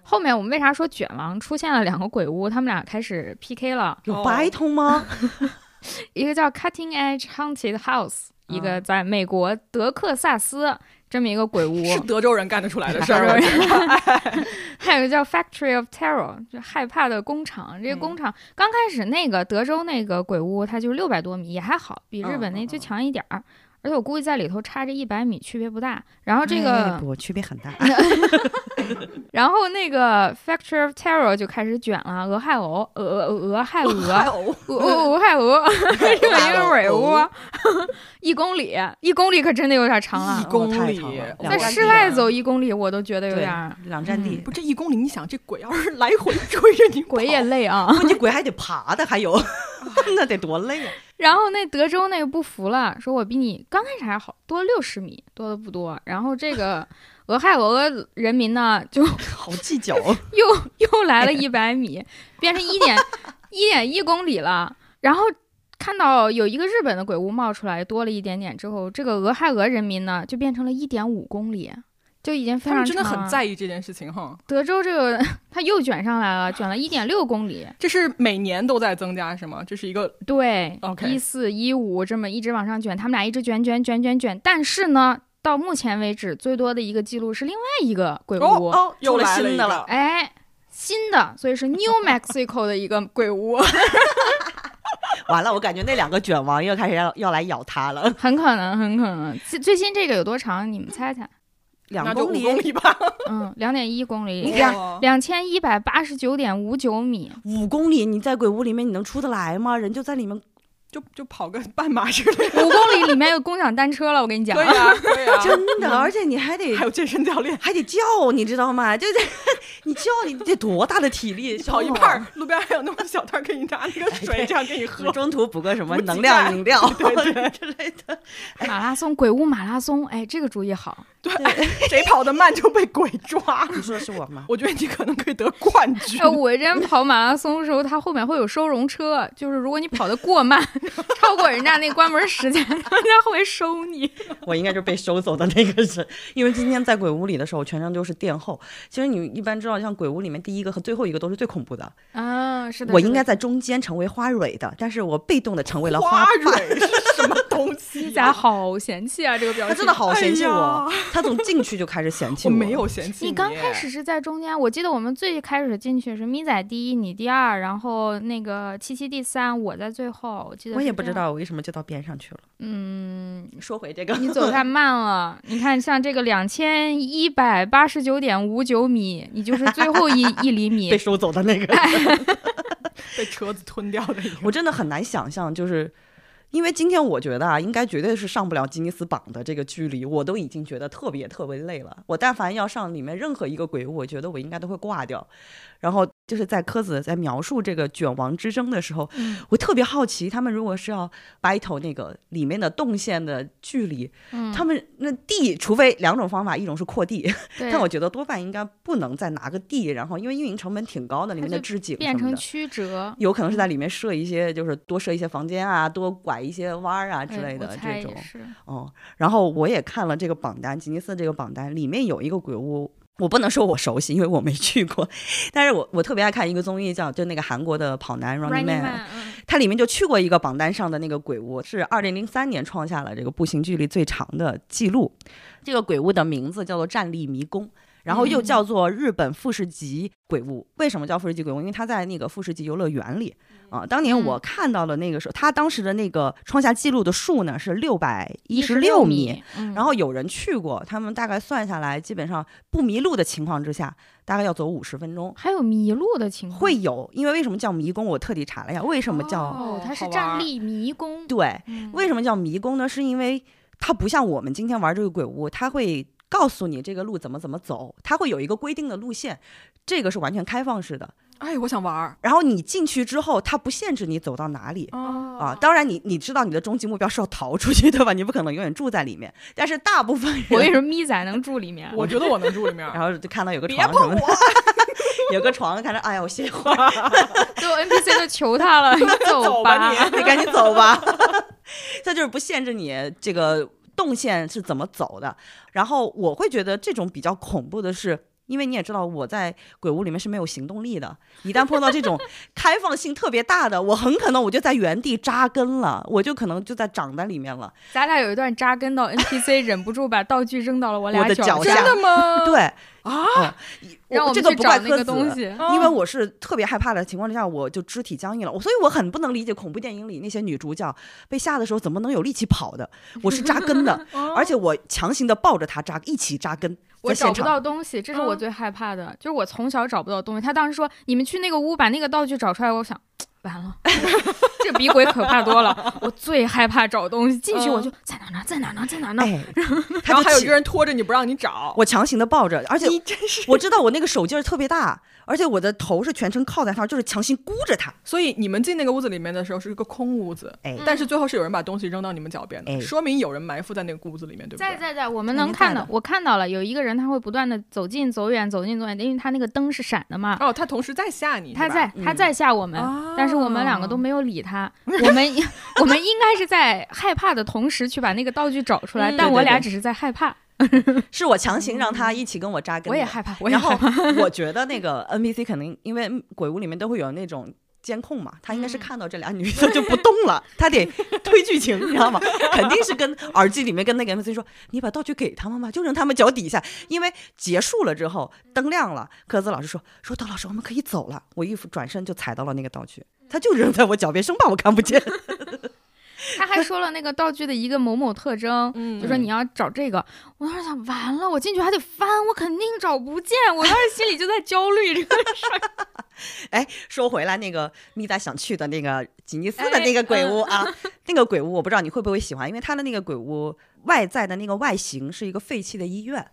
S4: 后面我们为啥说卷王出现了两个鬼屋，他们俩开始 PK 了，
S3: 有
S2: 哦
S3: battle 吗？
S4: 一个叫 Cutting Edge Haunted House，
S3: 啊
S4: 一个在美国德克萨斯这么一个鬼屋，
S2: 是德州人干得出 来的事
S4: 德州
S2: 儿，啊
S4: 还有一个叫 Factory of Terror，就害怕的工厂。这个工厂、刚开始那个德州那个鬼屋，它就六百多米，也还好，比日本
S3: 嗯嗯
S4: 那
S3: 嗯
S4: 就强一点儿。而且我估计在里头差这一百米区别不大。然后这个。
S3: 哎不区别很大。
S4: 然后那个 Factory of Terror 就开始卷了，俄亥俄，俄俄俄亥俄，
S2: 哦
S4: 俄俄俄亥俄，日本英尾屋， 一公里，一公里可真的有点长
S2: 一
S4: 了。
S2: 公
S3: 太
S2: 里
S3: 长了，
S2: 我
S4: 在
S3: 两站
S4: 室
S3: 地
S4: 外
S3: 啊
S4: 走一公里，我都觉得有
S3: 对
S4: 点儿
S3: 两站地
S2: 不，，这一公里，你想这鬼要是来回追着你跑，
S4: 鬼也累啊。
S3: 关键鬼还得爬的，还 有那得多累啊！
S4: 然后那德州那个不服了，说我比你刚开始还好多六十米，多的不多。然后这个俄亥俄人民呢，就
S3: 好计较。
S4: 又又来了一百米，变成一点一点一公里了。然后看到有一个日本的鬼屋冒出来，多了一点点之后，这个俄亥俄人民呢就变成了一点五公里，就已经非
S2: 他
S4: 常
S2: 们真的
S4: 长
S2: 很
S4: 了
S2: 在意这件事情哈。
S4: 德州这个 他又卷上来了，卷了一点六公里，
S2: 这是每年都在增加是吗？这是一个
S4: 对
S2: OK
S4: 一四一五这么一直往上卷，他们俩一直卷卷卷卷卷，但是呢。到目前为止，最多的一个记录是另外一个鬼屋，
S2: 哦，又
S3: 出了
S2: 来
S3: 新
S2: 一
S3: 的
S2: 个
S3: 了，
S4: 哎，新的，所以是 New Mexico 的一个鬼屋。
S3: 完了，我感觉那两个卷王又开始要要来咬他了。
S4: 很可能，很可能。最最新这个有多长？你们猜猜？
S3: 两
S2: 那就
S3: 公
S2: 五
S3: 里，
S2: 公里吧。
S4: 嗯，两点一公里，两
S2: 哇
S4: 两千一百八十九点五九米。
S3: 五公里，你在鬼屋里面你能出得来吗？人就在里面，
S2: 就就跑个半马之类的。
S4: 五公里里面有共享单车了，我跟你讲
S2: 可。以啊，可以啊。
S3: 真的，而且你还得
S2: 还有健身教 练，
S3: 还得叫，你知道吗？就是你叫你得多大的体力，
S2: 跑一
S3: 小伙
S2: 半，儿，路边还有那种小摊儿给你拿那
S4: 哎
S2: 个水，这样给你喝。
S3: 中途补个什么
S2: 补给
S3: 能量
S2: 站
S3: 饮料
S2: 对 对
S3: 之类的。
S4: 马拉松，鬼屋马拉松，哎，这个主意好。
S2: 谁跑得慢就被鬼抓。
S3: 你说的是我吗？
S2: 我觉得你可能可以得冠军
S4: 哎，。我真跑马拉松的时候，它后面会有收容车，就是如果你跑得过慢， 超过人家那关门时间，人家会收你。
S3: 我应该就是被收走的那个人，因为今天在鬼屋里的时候，全程都是殿后。其实你一般知道，像鬼屋里面第一个和最后一个都是最恐怖的。
S4: 啊，是的。
S3: 我
S4: 是的
S3: 应该在中间成为花蕊的，但是我被动的成为了
S2: 花
S3: 瓣。
S2: 蕊是什么东
S4: 你
S2: 西
S4: 咋
S2: 呀？
S4: 好嫌弃啊？这个表情
S3: 他真的好嫌弃我
S2: 哎，
S3: 他从进去就开始嫌弃
S2: 我没有嫌弃
S4: 你刚开始是在中间，我记得我们最开始进去是咪仔第一，你第二，然后那个七七第三，我在最后。我记得
S3: 我
S4: 是
S3: 也
S4: 这
S3: 不知
S4: 样。
S3: 道我为什么就到边上去了。
S4: 嗯，
S3: 说回这个，
S4: 你走太慢了。你看，像这个两千一百八十九点五九米，你就是最后 一一厘米
S3: 被。收走的那个，
S2: 被车子吞掉的一个
S3: 我真的很难想象，就是因为今天我觉得啊，应该绝对是上不了吉尼斯榜的这个距离，我都已经觉得特别特别累了。我但凡要上里面任何一个鬼屋，我觉得我应该都会挂掉。然后就是在柯子在描述这个卷王之争的时候，
S4: 嗯
S3: 我特别好奇，他们如果是要 battle 那个里面的动线的距离，
S4: 嗯
S3: 他们那地，除非两种方法，一种是扩地，
S4: 对
S3: 但我觉得多半应该不能再拿个地，然后因为运营成本挺高的，里面的
S4: 它就
S3: 置景什
S4: 变
S3: 么
S4: 成
S3: 的。
S4: 曲折
S3: 有可能是在里面设一些，就是多设一些房间啊，多拐一些弯儿啊之
S4: 哎
S3: 类的这种。哦，然后我也看了这个榜单，吉尼斯这个榜单里面有一个鬼屋，我不能说我熟悉，因为我没去过， 但是我我特别爱看一个综艺叫就那个韩国的跑男 Running Man，,
S4: 嗯
S3: 它里面就去过一个榜单上的那个鬼屋，是二零零三年创下了这个步行距离最长的记录。这个鬼屋的名字叫做站立迷宫。然后又叫做日本富士急鬼屋，为什么叫富士急鬼屋？因为它在那个富士急游乐园里啊。当年我
S4: 嗯
S3: 看到了那个时候，它当时的那个创下纪录的树呢是六百一十六米，，
S4: 嗯
S3: 然后有人去过，他们大概算下来，基本上不迷路的情况之下，大概要走五十分钟。
S4: 还有迷路的情况，
S3: 会有，因为为什么叫迷宫？我特地查了一下，为什么叫、
S4: 哦，它是
S2: 好玩
S4: 站
S2: 儿
S4: 立迷宫，
S3: 对？
S4: 嗯
S3: 为什么叫迷宫呢？是因为它不像我们今天玩这个鬼屋，它会告诉你这个路怎么怎么走，它会有一个规定的路线，这个是完全开放式的。
S2: 哎，我想玩儿。
S3: 然后你进去之后，它不限制你走到哪里。
S2: 哦，
S3: 啊，当然你，你知道你的终极目标是要逃出去，对吧？你不可能永远住在里面。但是大部分人，
S4: 我
S3: 。
S4: 跟你说，咪仔能住里面，
S2: 我觉得我能住里面
S3: 然后就看到有个
S2: 别
S3: 床什
S2: 碰
S3: 么的， 有个床，看着，哎呀，我歇会儿，
S4: 都 NPC 都求他 了，你走
S2: 走吧
S4: 吧，
S3: 你赶紧走吧。 它就是不限制你这个动线是怎么走的。然后我会觉得这种比较恐怖的是。因为你也知道，我在鬼屋里面是没有行动力的。一旦碰到这种开放性特别大的，我很可能我就在原地扎根了，我就可能就在长在里面了。
S4: 咱俩有一段扎根到 NPC 忍不住把道具扔到了我
S3: 我
S4: 俩
S3: 的脚
S4: 下，
S3: 下
S4: 真的 吗？
S3: 对
S2: 啊，
S3: 嗯
S4: 让我
S3: 这个
S4: 们去
S3: 不
S4: 找
S3: 怪
S4: 那
S3: 科
S4: 个
S3: 子，
S4: 东西，
S3: 因为我是特别害怕的情况之下，我就肢体僵硬了，我所以我很不能理解恐怖电影里那些女主角被吓的时候怎么能有力气跑的，我是扎 根的，而且我强行的抱着她扎，一起扎根，
S4: 哦我
S3: 在
S4: 找
S3: 现
S4: 不
S3: 场。嗯
S4: 到东西，这是我最害怕的，就是我从小找不到东西。他当时说你们去那个屋把那个道具找出来，我想完了， 这比鬼可怕多了。我最害怕找东西，进去
S2: 嗯
S4: 我就在哪儿呢，在哪儿呢，在哪儿呢。
S3: 哎，
S2: 然后还有一
S3: 起
S2: 个人拖着你不让你找，
S3: 我强行的抱着，而且
S2: 你真是。
S3: 我知道我那个手劲儿特别大，而且我的头是全程靠在那儿，就是强行箍着她。
S2: 所以你们进那个屋子里面的时候是一个空屋子，
S3: 哎，
S2: 但是最后是有人把东西扔到你们脚边的，
S3: 哎
S2: 说明有人埋伏在那个屋子里面，对不
S4: 在
S2: 对？
S4: 在在，我们
S3: 肯
S4: 能
S3: 定
S4: 看
S3: 在
S4: 到
S3: 的，
S4: 我看到了有一个人，他会不断的走近、走远、走近、走远，因为他那个灯是闪的嘛，
S2: 哦，他同时在吓你，
S4: 他
S2: 是吧
S4: 在他
S3: 嗯
S4: 在吓我们，但是我们两个都没有 理他。我们我们应该是在害怕的同时去把那个道具找出来，
S3: 嗯
S4: 但
S3: 对
S4: 我
S3: 对
S4: 俩
S3: 对
S4: 只是在害怕，
S3: 是我强行让她一起跟我扎根的。
S4: 哦我也害怕，我也
S3: 然
S4: 害
S3: 后
S4: 怕。
S3: 我觉得那个 NPC 肯定，因为鬼屋里面都会有那种监控嘛，他应
S4: 嗯
S3: 该是看到这俩女的就不动了，他 得推剧情，你知道吗？肯定是跟耳机里面跟那个 NPC 说，你把道具给他们吧，就扔他们脚底下。因为结束了之后，灯亮了，科子老师说说邓老师，我们可以走了。我一转身就踩到了那个道具，他就扔在我脚边，生怕我看不见。
S4: 他还说了那个道具的一个某某特征，
S2: 嗯，
S4: 就说你要找这个。我当时想，完了，我进去还得翻，我肯定找不见。我当时心里就在焦虑这个事儿。
S3: 哎，说回来，那个咪仔想去的那个吉尼斯
S2: 哎
S3: 的那个鬼屋
S2: 嗯
S3: 啊， 那个鬼屋我不知道你会不会喜欢，因为它的那个鬼屋外在的那个外形是一个废弃的医院，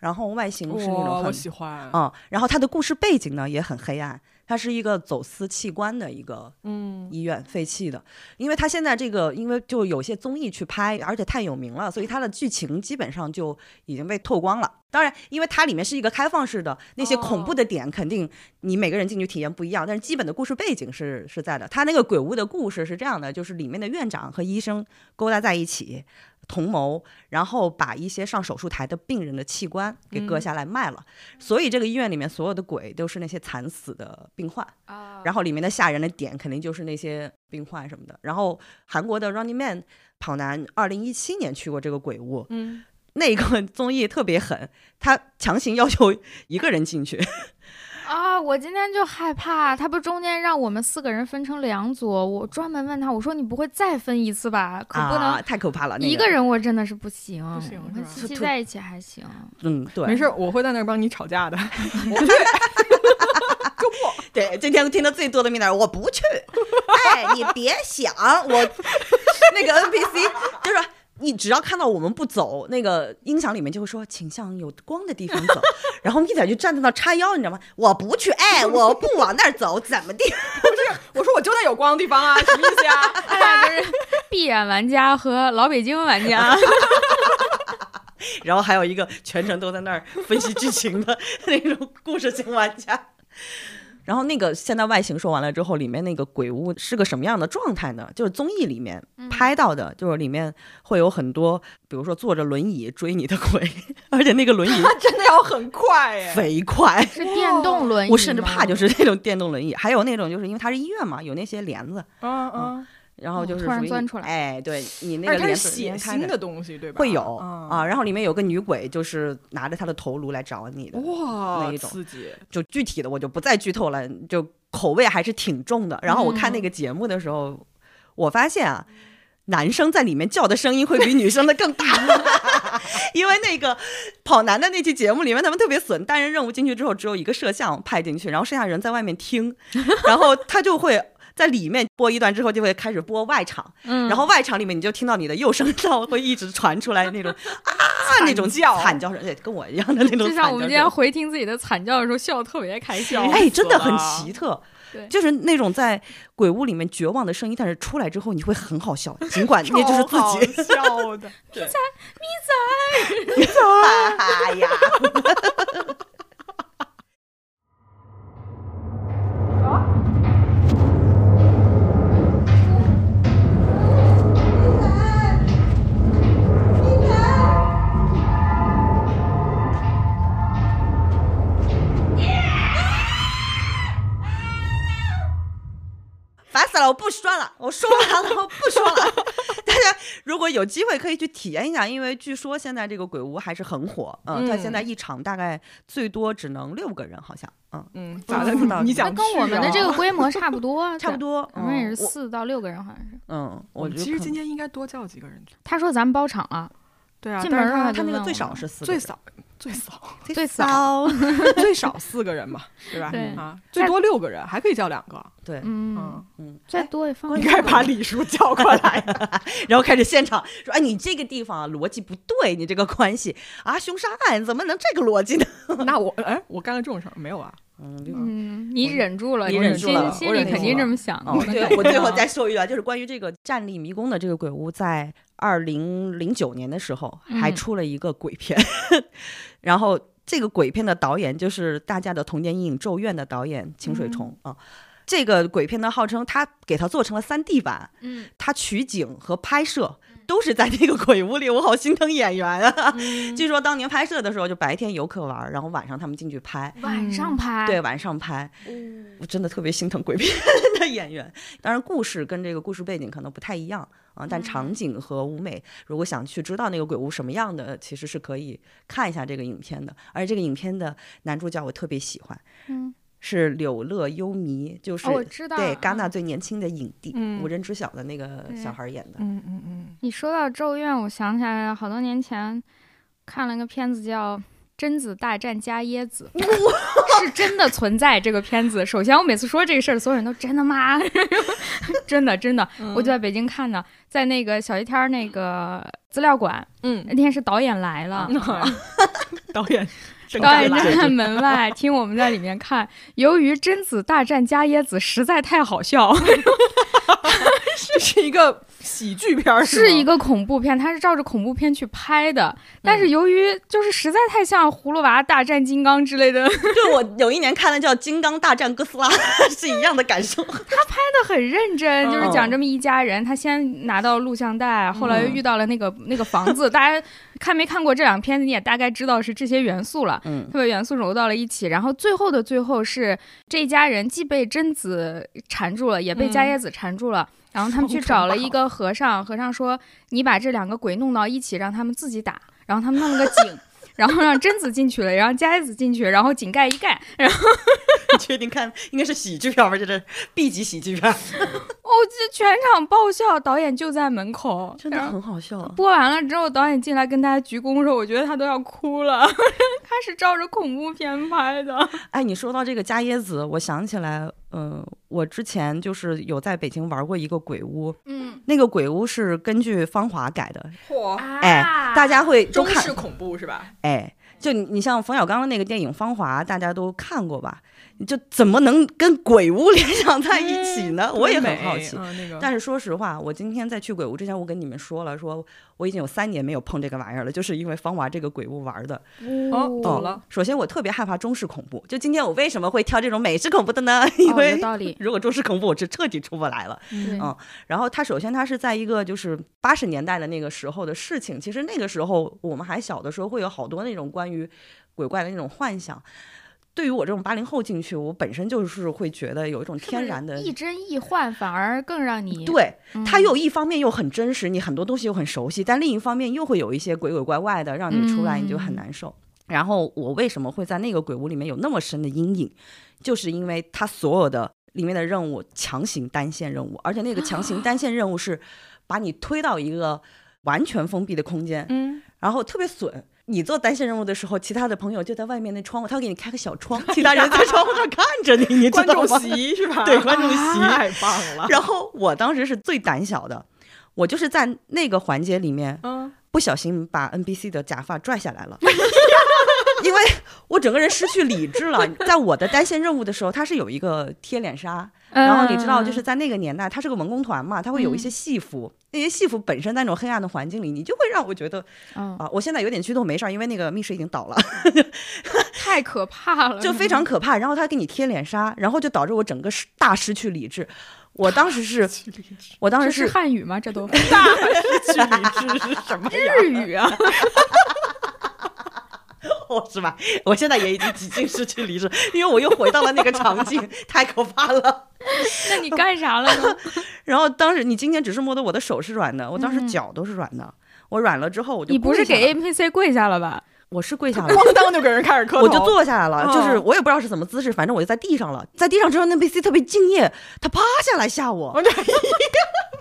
S3: 然后外形是那
S2: 哇
S3: 种
S2: 哦我
S3: 很
S2: 喜欢，
S3: 嗯，然后它的故事背景呢也很黑暗，它是一个走私器官的一个
S2: 嗯，
S3: 医院废弃的，因为它现在这个，因为就有些综艺去拍，而且太有名了，所以它的剧情基本上就已经被透光了。当然，因为它里面是一个开放式的，那些恐怖的点肯定你每个人进去体验不一样，但是基本的故事背景是是在的。它那个鬼屋的故事是这样的，就是里面的院长和医生勾搭在一起。同谋，然后把一些上手术台的病人的器官给割
S2: 嗯
S3: 下来卖了，所以这个医院里面所有的鬼都是那些惨死的病患。 然后里面的吓人的点肯定就是那些病患什么的。然后韩国的 Running Man 跑男，二零一七年去过这个鬼屋，
S2: 嗯，
S3: 那个 综艺特别狠，他强行要求一个人进去，
S4: 啊，我今天就害怕，他不中间让我们四个人分成两组，我专门问他，我说你不会再分一次吧？可不能
S3: 啊，太可怕了。那
S4: 一
S3: 个
S4: 个，人，我真的是不行，
S2: 不行
S4: 我
S2: 是
S4: 跟
S2: 吧
S4: 七七
S3: 就
S4: 在一起 还行。
S3: 嗯，对，
S2: 没事，，我会在那儿帮你吵 架的，我不去，就不，
S3: 对，今天听的最多的命令，我不 去，哎，你别想，我那个 NPC 就说你只要看到我们不走，那个音响里面就会说，请向有光的地方 走。然后我们一仔就站在那儿叉腰，你知道吗？我不去，哎，我不往那儿走，怎么地？
S2: 我说我就在有光的地方啊，什么意思呀？
S4: 哎，就是闭眼玩家和老北京 玩家，
S3: 然后还有一个全程都在那儿分析剧情的那种故事型玩家。然后那个现在外形说完了之后，里面那个鬼屋是个什么样的状态呢？就是综艺里面
S1: 嗯
S4: 嗯
S3: 拍到的，就是里面会有很多，比如说坐着轮椅追你的鬼， 而且那个轮椅
S2: 真的要很快哎，
S3: 贼快，
S1: 是电动轮椅吗，
S3: 哦我甚至怕就是那种电动轮椅，还有那种就是因为它是医院嘛，有那些帘子，
S2: 嗯嗯，
S3: 然后就是
S1: 哦突然
S3: 属于
S1: 钻出来
S3: 哎，对你那
S2: 而且
S3: 个
S2: 它
S3: 帘
S2: 是
S3: 子
S2: 血
S3: 开
S2: 腥
S3: 着
S2: 的东西对吧？
S3: 会有
S2: 嗯
S3: 啊，然后里面有个女鬼，就是拿着她的头颅来找你
S1: 哦
S3: 的，
S2: 哇
S3: 那，一种
S2: 刺 激！
S3: 就具体的我就不再剧透了，就口味还是挺重的。然后我
S4: 嗯
S3: 看那个节目的时候，我发现啊，男生在里面叫的声音会比女生的更大， 因为那个跑男的那期节目里面，他们特别损，单人任务进去之后只有一个摄像派进去，然后剩下人在外面 听，然后他就会。在里面播一段之后，就会开始播外场，
S4: 嗯
S3: 然后外场里面你就听到你的右声道会一直传出来那 种啊那种
S2: 叫
S3: 惨叫声，对，跟我一样的那种
S4: 就
S3: 惨叫声。
S4: 像我们今天回听自己的惨叫的时候，笑得特别开心。
S2: 笑
S3: 哎，
S2: 死
S3: 真的很
S2: 了
S3: 奇特
S4: 对。
S3: 就是那种在鬼屋里面绝望的声音，但是出来之后你会很好笑，尽管那就是自己。
S2: 己笑的，
S3: 哎呀，烦死了！我不说了，我说完了，我不说了。 大家如果有机会可以去体验一下，因为据说现在这个鬼屋还是很火，嗯，它
S2: 嗯
S3: 现在一场大概最多只能六个人，好像，嗯，
S2: 嗯，咋的？
S3: 不知道
S2: 你啊
S1: 那
S2: 讲
S1: 跟我们的这个规 模差不多啊，
S3: 差不多，
S1: 对，我们也是
S3: 嗯我
S1: 四到六个人，好像是。
S3: 嗯，
S2: 我
S3: 我
S2: 们
S3: 觉得
S2: 其实
S3: 可
S2: 今天应该多叫几个人去。
S1: 他说咱们包场了，
S2: 对啊，
S1: 进
S2: 但
S1: 门
S2: 是
S1: 上
S2: 他
S1: 还
S3: 他
S1: 就
S3: 那个
S1: 问
S3: 最
S1: 我
S3: 少
S1: 们
S3: 是四个
S2: 最
S3: 人，
S2: 少 最少
S1: 最
S3: 少，
S2: 最少四个人吧，对吧？
S3: 嗯
S1: 对
S2: 啊，最多六个人，还可以叫两个。
S3: 对，
S1: 嗯
S2: 嗯，，
S3: 嗯，
S1: 再多也放
S2: 应该把李叔叫过来。
S3: 然后开始现场说，哎，你这个地方啊逻辑不对，你这个关系啊，凶杀案怎么能这个逻辑呢？
S2: 那我哎，我干了这种事儿没有啊？
S3: 嗯，
S4: 嗯，你忍住了，
S3: 你忍
S2: 住了
S4: 心
S2: 我
S4: 心里
S2: 忍
S4: 肯
S2: 住
S4: 定
S2: 了
S4: 这么想的。
S3: 哦，
S4: 能
S3: 对
S4: 感，
S3: 我
S4: 觉
S3: 最
S2: 啊
S3: 后
S4: 到
S3: 再说一段，就是关于这个《战栗迷宫》的这个鬼屋，在二零零九年的时候还
S4: 嗯
S3: 出了一个鬼片， 然后这个鬼片的导演就是大家的童年阴影《咒怨》的导演清
S2: 嗯
S3: 水崇啊。这个鬼片呢，号称他给它做成了三 D 版，
S1: 嗯，
S3: 他取景和拍摄都是在那个鬼屋里，我好心疼演员啊！
S1: 嗯
S3: 据说当年拍摄的时候，就白天游客玩儿，然后晚上他们进去拍，
S1: 晚上拍，哦
S3: 对，晚上拍，我真的特别心疼鬼片的演员。当然，故事跟这个故事背景可能不太一样啊，
S1: 嗯
S3: 但场景和舞美，如果想去知道那个鬼屋什么样的，其实是可以看一下这个影片的。而且这个影片的男主角我特别喜欢，
S1: 嗯，
S3: 是柳乐优弥，就是、
S1: 哦我知道
S3: 对
S1: 嗯
S3: 戛纳最年轻的影帝，
S2: 嗯
S3: 无人知晓的那个小孩演的。
S2: 嗯嗯嗯，
S4: 你说到《咒怨》，我想起来了，好多年前看了个片子叫《贞子大战加椰子》，是真的存在这个片子。首先，我每次说这个事儿，所有人都真的吗？ 真的真的，
S3: 嗯
S2: 嗯
S4: 我就在北京看的，在那个小一天儿那个资料馆，
S2: 嗯
S4: 那天是导演来了。
S2: 导演，
S4: 导演站在门外听我们在里面看，由于贞子大战加椰子实在太好笑，
S2: 这 是一个喜剧片儿，
S4: 是一
S2: 个
S4: 个恐怖片，它是照着恐怖片去拍的，
S2: 嗯
S4: 但是由于就是实在太像《葫芦娃大战金刚》之类的，真
S3: 对我有一年看的叫《金刚大战哥斯拉》， 是一样的感受。
S4: 的很认真，就是
S2: 嗯
S4: 讲这么一家人，他先拿到录像带，后来又
S2: 嗯
S4: 遇到了那个那个房子，大家看没看过这两篇，你也大概知道是这些元素了。
S3: 嗯
S4: 他把元素揉到了一起，然后最后的最后是这一家人既被贞子缠住了，也被
S3: 嗯
S4: 伽椰子缠住了。然后他们去找了一个和尚，和尚说：“你把这两个鬼弄到一起，让他们自己打。”然后他们弄了个井，然后让贞子进去了，然后伽椰子进去，然后井盖一盖。哦然后
S3: 你确定看应该是喜剧片吧？这是 B 级喜剧片，
S4: 哦，这全场爆笑，导演就在门口，
S3: 真的
S4: 然后
S3: 很好笑。啊
S4: 播完了之后，导演进来跟大家鞠躬的时候，我觉得他都要哭了。 他是照着恐怖片拍的，
S3: 哎，你说到这个加椰子，我想起来呃，我之前就是有在北京玩过一个鬼屋，
S4: 嗯，
S3: 那个鬼屋是根据《芳华》改的，
S2: 嚯，
S3: 哎，大家会都
S2: 啊中
S3: 看
S2: 式恐怖是吧？
S3: 哎，就你你像冯小刚的那个电影《芳华》，大家都看过吧？你就怎么能跟鬼屋联想在一起呢？我也很好奇。
S2: 嗯那个
S3: 但是说实话，我今天在去鬼屋之前，我跟你们说了，说我已经有三年没有碰这个玩意儿了，就是因为芳华这个鬼屋玩的。
S2: 哦，懂了。
S3: 首先，我特别害怕中式恐怖。就今天我为什么会挑这种美式恐怖的呢？
S4: 哦
S3: 因为、
S4: 有道理，
S3: 如果中式恐怖，我是彻底出不来了。
S4: 对
S3: 嗯然后它首先它是在一个就是八十年代的那个时候的事情，其实那个时候我们还小的时候，会有好多那种关于鬼怪的那种幻想。对于我这种八零后进去，我本身就是会觉得有一种
S4: 是不
S3: 天
S4: 是
S3: 然的，
S4: 亦真亦幻，反而更让你
S3: 对
S4: 嗯
S3: 它又一方面又很真实，你很多东西又很熟悉，但另一方面又会有一些鬼鬼怪怪的，让你出来你就
S2: 嗯
S3: 很难受。然后我为什么会在那个鬼屋里面有那么深的阴影，就是因为它所有的里面的任务强行单线任务，而且那个强行单线任 务是把你推到一个完全封闭的空间，
S4: 嗯，
S3: 然后特别损。你做单线任务的时候，其他的朋友就在外面那窗户，他会给你开个小 窗，其他人在窗户上看着你，你知
S2: 观
S3: 道
S2: 众
S3: 吗？
S2: 席是 吧？啊
S3: 对观众席
S2: 太棒 了。
S3: 然后我当时是最胆小的，我就是在那个环节里面
S2: 嗯，
S3: 不小心把 NBC 的假发拽下来了。 因为我整个人失去理智了，在我的单线任务的时候，它是有一个贴脸纱，
S4: 嗯
S3: 然后你知道，就是在那个年代，它是个文工团嘛，它会有一些戏服，那些戏服本身在那种黑暗的环境里，你就会让我觉得
S4: 嗯
S3: 啊，我现在有点激动，没事儿，因为那个密室已经倒了，
S4: 太可怕了，
S3: 就非常可怕。然后他给你贴脸纱，然后就导致我整个失大失去理智。我当时是，我当时
S4: 这是汉语吗？这都
S2: 距离是什么？
S4: 日语啊，
S3: 我是吧？我现在也已经几近失去理智，因为我又回到了那个场景， 太可怕了。
S4: 那你干啥了呢？
S3: 然后当时你今天只是摸的我的手是软的，我当时脚都是软的。我软了之后，我就
S4: 嗯你不是
S3: 跪下
S4: 给
S3: 了
S4: NPC 跪下了吧？
S3: 我是跪下 了，
S2: 咣当就给人开始磕头，
S3: 我就坐下来了，
S2: 嗯
S3: 就是我也不知道是什么姿势，反正我就在地上了。在地上之后，那 NPC 特别敬业，他趴下来吓
S4: 嗯
S3: 我，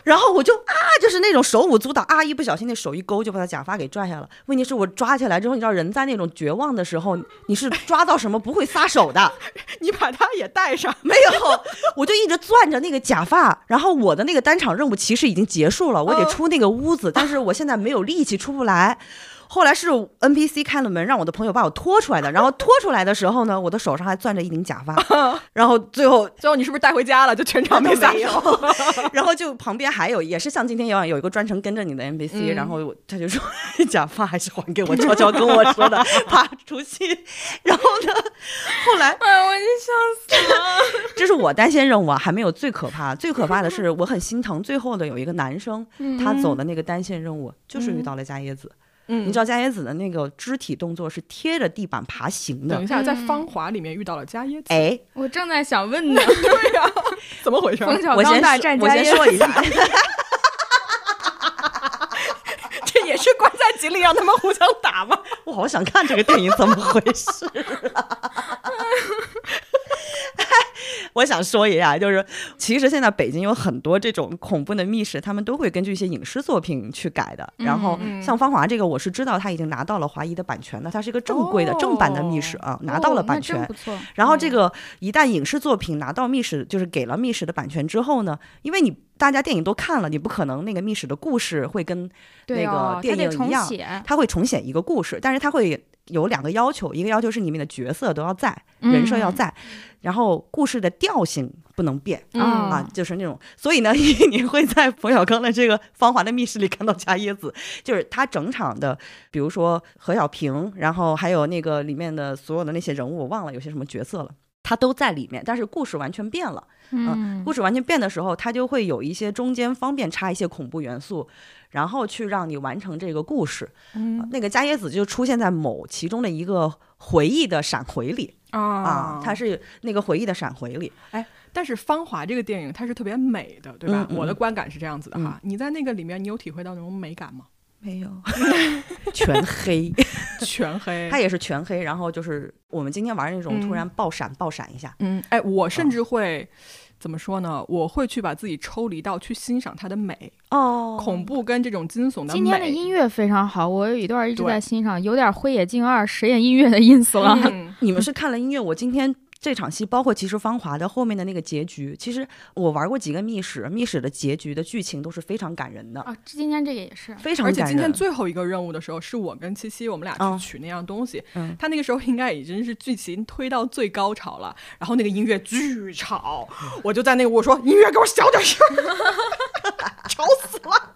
S3: 然后我就啊，就是那种手舞足蹈啊，一不小心那手一勾就把他假发给拽下了。问题是我抓起来之后，你知道人在那种绝望的时候，你是抓到什么不会撒手的。
S2: 你把他也带上，
S3: 没有，我就一直攥着那个假发，然后我的那个单场任务其实已经结束了，我得出那个屋子，但是我现在没有力气出不来。后来是 NPC 开了门，让我的朋友把我拖出来的。然后拖出来的时候呢，我的手上还攥着一顶假发。 然后最后，
S2: 最后你是不是带回家了？就全场没撒
S3: 没
S2: 手。
S3: 然后就旁边还有，也是像今天一样，有一个专程跟着你的 NPC、
S4: 嗯
S3: 然后我他就说 假发还是还给我，悄悄跟我说的，怕出戏。然后呢，后来
S4: 哎，我就笑死了。
S3: 这是我担心任务啊，还没有最可怕。最可怕的是，我很心疼最后的有一个男生，他走的那个单线任务就是遇到了伽椰子。
S2: 嗯
S3: 你知道伽椰子的那个肢体动作是贴着地板爬行
S2: 等
S3: 的
S2: 一，下，在芳华里面遇到了伽椰子，
S3: 哎，
S4: 我正在想 问呢，
S2: 对呀，怎么回事？
S4: 冯小
S3: 我
S4: 刚
S3: 先
S4: 大
S3: 说
S4: 战
S3: 我
S4: 伽
S3: 先
S4: 椰，
S3: 说一下，
S2: 这也是关在井里让他们互相打吗？
S3: 我好想看这个电影怎么回事、啊。 我想说一下，就是其实现在北京有很多这种恐怖的密室，他们都会根据一些影视作品去改的。然后
S4: 嗯
S3: 像《芳华》这个，我是知道他已经拿到了华谊的版权的，它是一个正规的、正版的密室啊，拿到了版
S4: 哦哦那
S3: 权
S4: 真。不错。
S3: 然后这个一旦影视作品拿到密室，就是给了密室的版权之后呢，因为你大家电影都看了，你不可能那个密室的故事会跟
S4: 对
S3: 那个
S4: 哦，
S3: 电
S4: 他得
S3: 影一
S4: 重
S3: 样
S4: 写，
S3: 它会重写一个故事，但是它会有两个要求，一个要求是里面的角色都要在，人设要在，然后故事的调性不能变、
S4: 嗯
S3: 啊，就是那种，所以呢，你会在冯小刚的这个《芳华的密室》里看到伽椰子，就是他整场的，比如说何小平，然后还有那个里面的所有的那些人物，我忘了有些什么角色了。他都在里面，但是故事完全变了。
S4: 嗯
S3: 故事完全变的时候，他就会有一些中间方便插一些恐怖元素，然后去让你完成这个故事。
S2: 嗯
S3: 那个伽椰子就出现在某其中的一个回忆的闪回里，啊
S2: 啊，
S3: 它是那个回忆的闪回里，
S2: 但是《芳华》这个电影它是特别美的，对吧？
S3: 嗯嗯
S2: 我的观感是这样子的哈。你在那个里面，你有体会到那种美感吗？
S3: 没有， 全黑，
S2: 全黑。
S3: 它也是全黑。然后就是我们今天玩那种突然爆闪、爆闪一下，
S2: 嗯，哎，我甚至会、怎么说呢？我会去把自己抽离到去欣赏它的美，
S3: 哦
S2: 恐怖跟这种惊悚的美。
S1: 今天的音乐非常好，我有一段一直
S2: 对
S1: 在欣赏，有点《辉野静二》实验音乐的意思了。
S2: 嗯
S3: 你们是看了音乐，我今天这场戏，包括其实《芳华》的后面的那个结局，其实我玩过几个密室，密室的结局的剧情都是非常感人的，
S4: 啊，今天这个也是，
S3: 非常
S2: 而
S3: 感
S2: 且
S3: 人。
S2: 今天最后一个任务的时候，是我跟七七我们俩
S3: 嗯
S2: 去取那样东西。
S3: 嗯
S2: 他那个时候应该已经是剧情推到最高潮了，然后那个音乐巨吵，我就在那个我说音乐给我小点声儿，吵死了。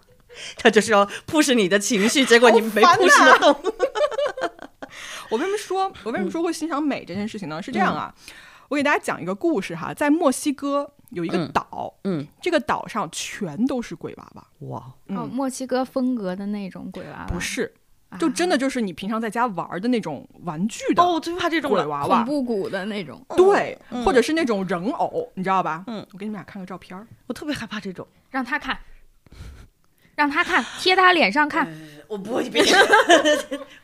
S3: 他就是要 push 你的情绪，结果你没
S2: 好烦
S3: push
S2: 呐
S3: 得动。
S2: 我为什么说我为什么说会欣赏美这件事情呢？是这样啊，
S3: 嗯
S2: 我给大家讲一个故事哈，在墨西哥有一个
S3: 嗯
S2: 岛，
S3: 嗯，
S2: 这个岛上全都是鬼娃娃，
S3: 哇，
S4: 哦，墨西哥风格的那种鬼娃娃，
S2: 嗯不是，
S4: 啊，
S2: 就真的就是你平常在家玩的那种玩具的
S3: 哦，我最怕这种
S2: 鬼
S3: 了。
S2: 娃
S4: 恐
S2: 娃。
S4: 怖谷的那种，
S2: 对，
S3: 嗯
S2: 或者是那种人偶，你知道吧？
S3: 嗯，
S2: 我给你们俩看个照片儿。
S3: 我特别害怕这种。
S4: 让他看，让他看，贴他脸上看，
S3: 我不会变，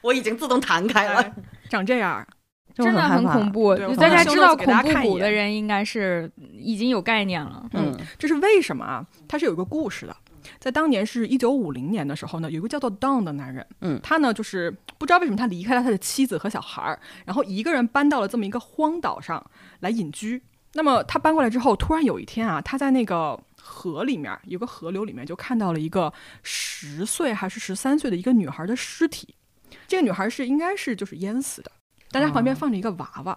S3: 我已经自动弹开了
S2: 哎。长这样儿，
S4: 真的很恐
S3: 怖。
S4: 怖。
S2: 对
S4: 就
S2: 我
S4: 大
S2: 把
S4: 家
S2: 修
S4: 知
S2: 诺
S4: 道
S2: 给
S4: 恐
S2: 大家
S4: 怖
S2: 看一
S4: 谷的
S2: 眼
S4: 人，应该是已经有概念了。
S3: 嗯
S2: 这是为什么啊？它是有一个故事的。在当年是一九五零年的时候呢，有一个叫做 Don 的男人，
S3: 嗯
S2: 他呢就是不知道为什么他离开了他的妻子和小孩儿，然后一个人搬到了这么一个荒岛上来隐居。那么他搬过来之后，突然有一天啊，他在那个河里面有个河流里面就看到了一个十岁还是十三岁的一个女孩的尸体，这个女孩是应该是就是淹死的，但她旁边放着一个娃娃。